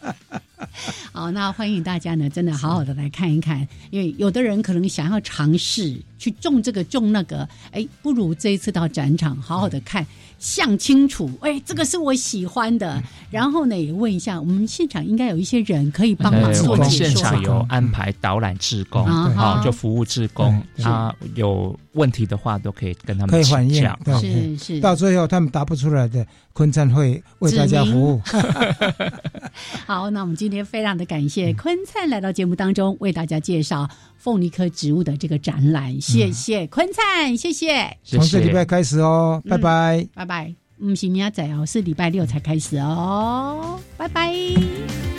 [SPEAKER 3] [LAUGHS] 好，那欢迎大家呢，真的好好的来看一看，因为有的人可能想要尝试去种这个种那个，哎，不如这一次到展场好好的看，想清楚，哎，这个是我喜欢
[SPEAKER 4] 嗯
[SPEAKER 3] 的，然后呢也问一下，我们现场应该有一些人可以帮忙
[SPEAKER 8] 呃我
[SPEAKER 3] 做
[SPEAKER 8] 们
[SPEAKER 3] 解
[SPEAKER 8] 现
[SPEAKER 3] 说吧
[SPEAKER 8] 场有安排导览志工，
[SPEAKER 3] 嗯对
[SPEAKER 8] 好、
[SPEAKER 3] 嗯
[SPEAKER 8] 就服务志工
[SPEAKER 4] 对对
[SPEAKER 8] 啊，有问题的话都可以跟他
[SPEAKER 4] 可
[SPEAKER 8] 们
[SPEAKER 4] 以反
[SPEAKER 8] 请
[SPEAKER 4] 映
[SPEAKER 8] 教，。
[SPEAKER 4] 对对到最后他们答不出来的，昆灿会为大家服务。
[SPEAKER 3] 好，那我们今天非常的感谢坤灿来到节目当中，为大家介绍凤梨科植物的这个展览。谢谢坤灿，谢谢，
[SPEAKER 4] 从这礼拜开始哦，拜拜。
[SPEAKER 3] 拜拜。嗯，是明仔载哦，是礼拜六才开始哦，拜拜。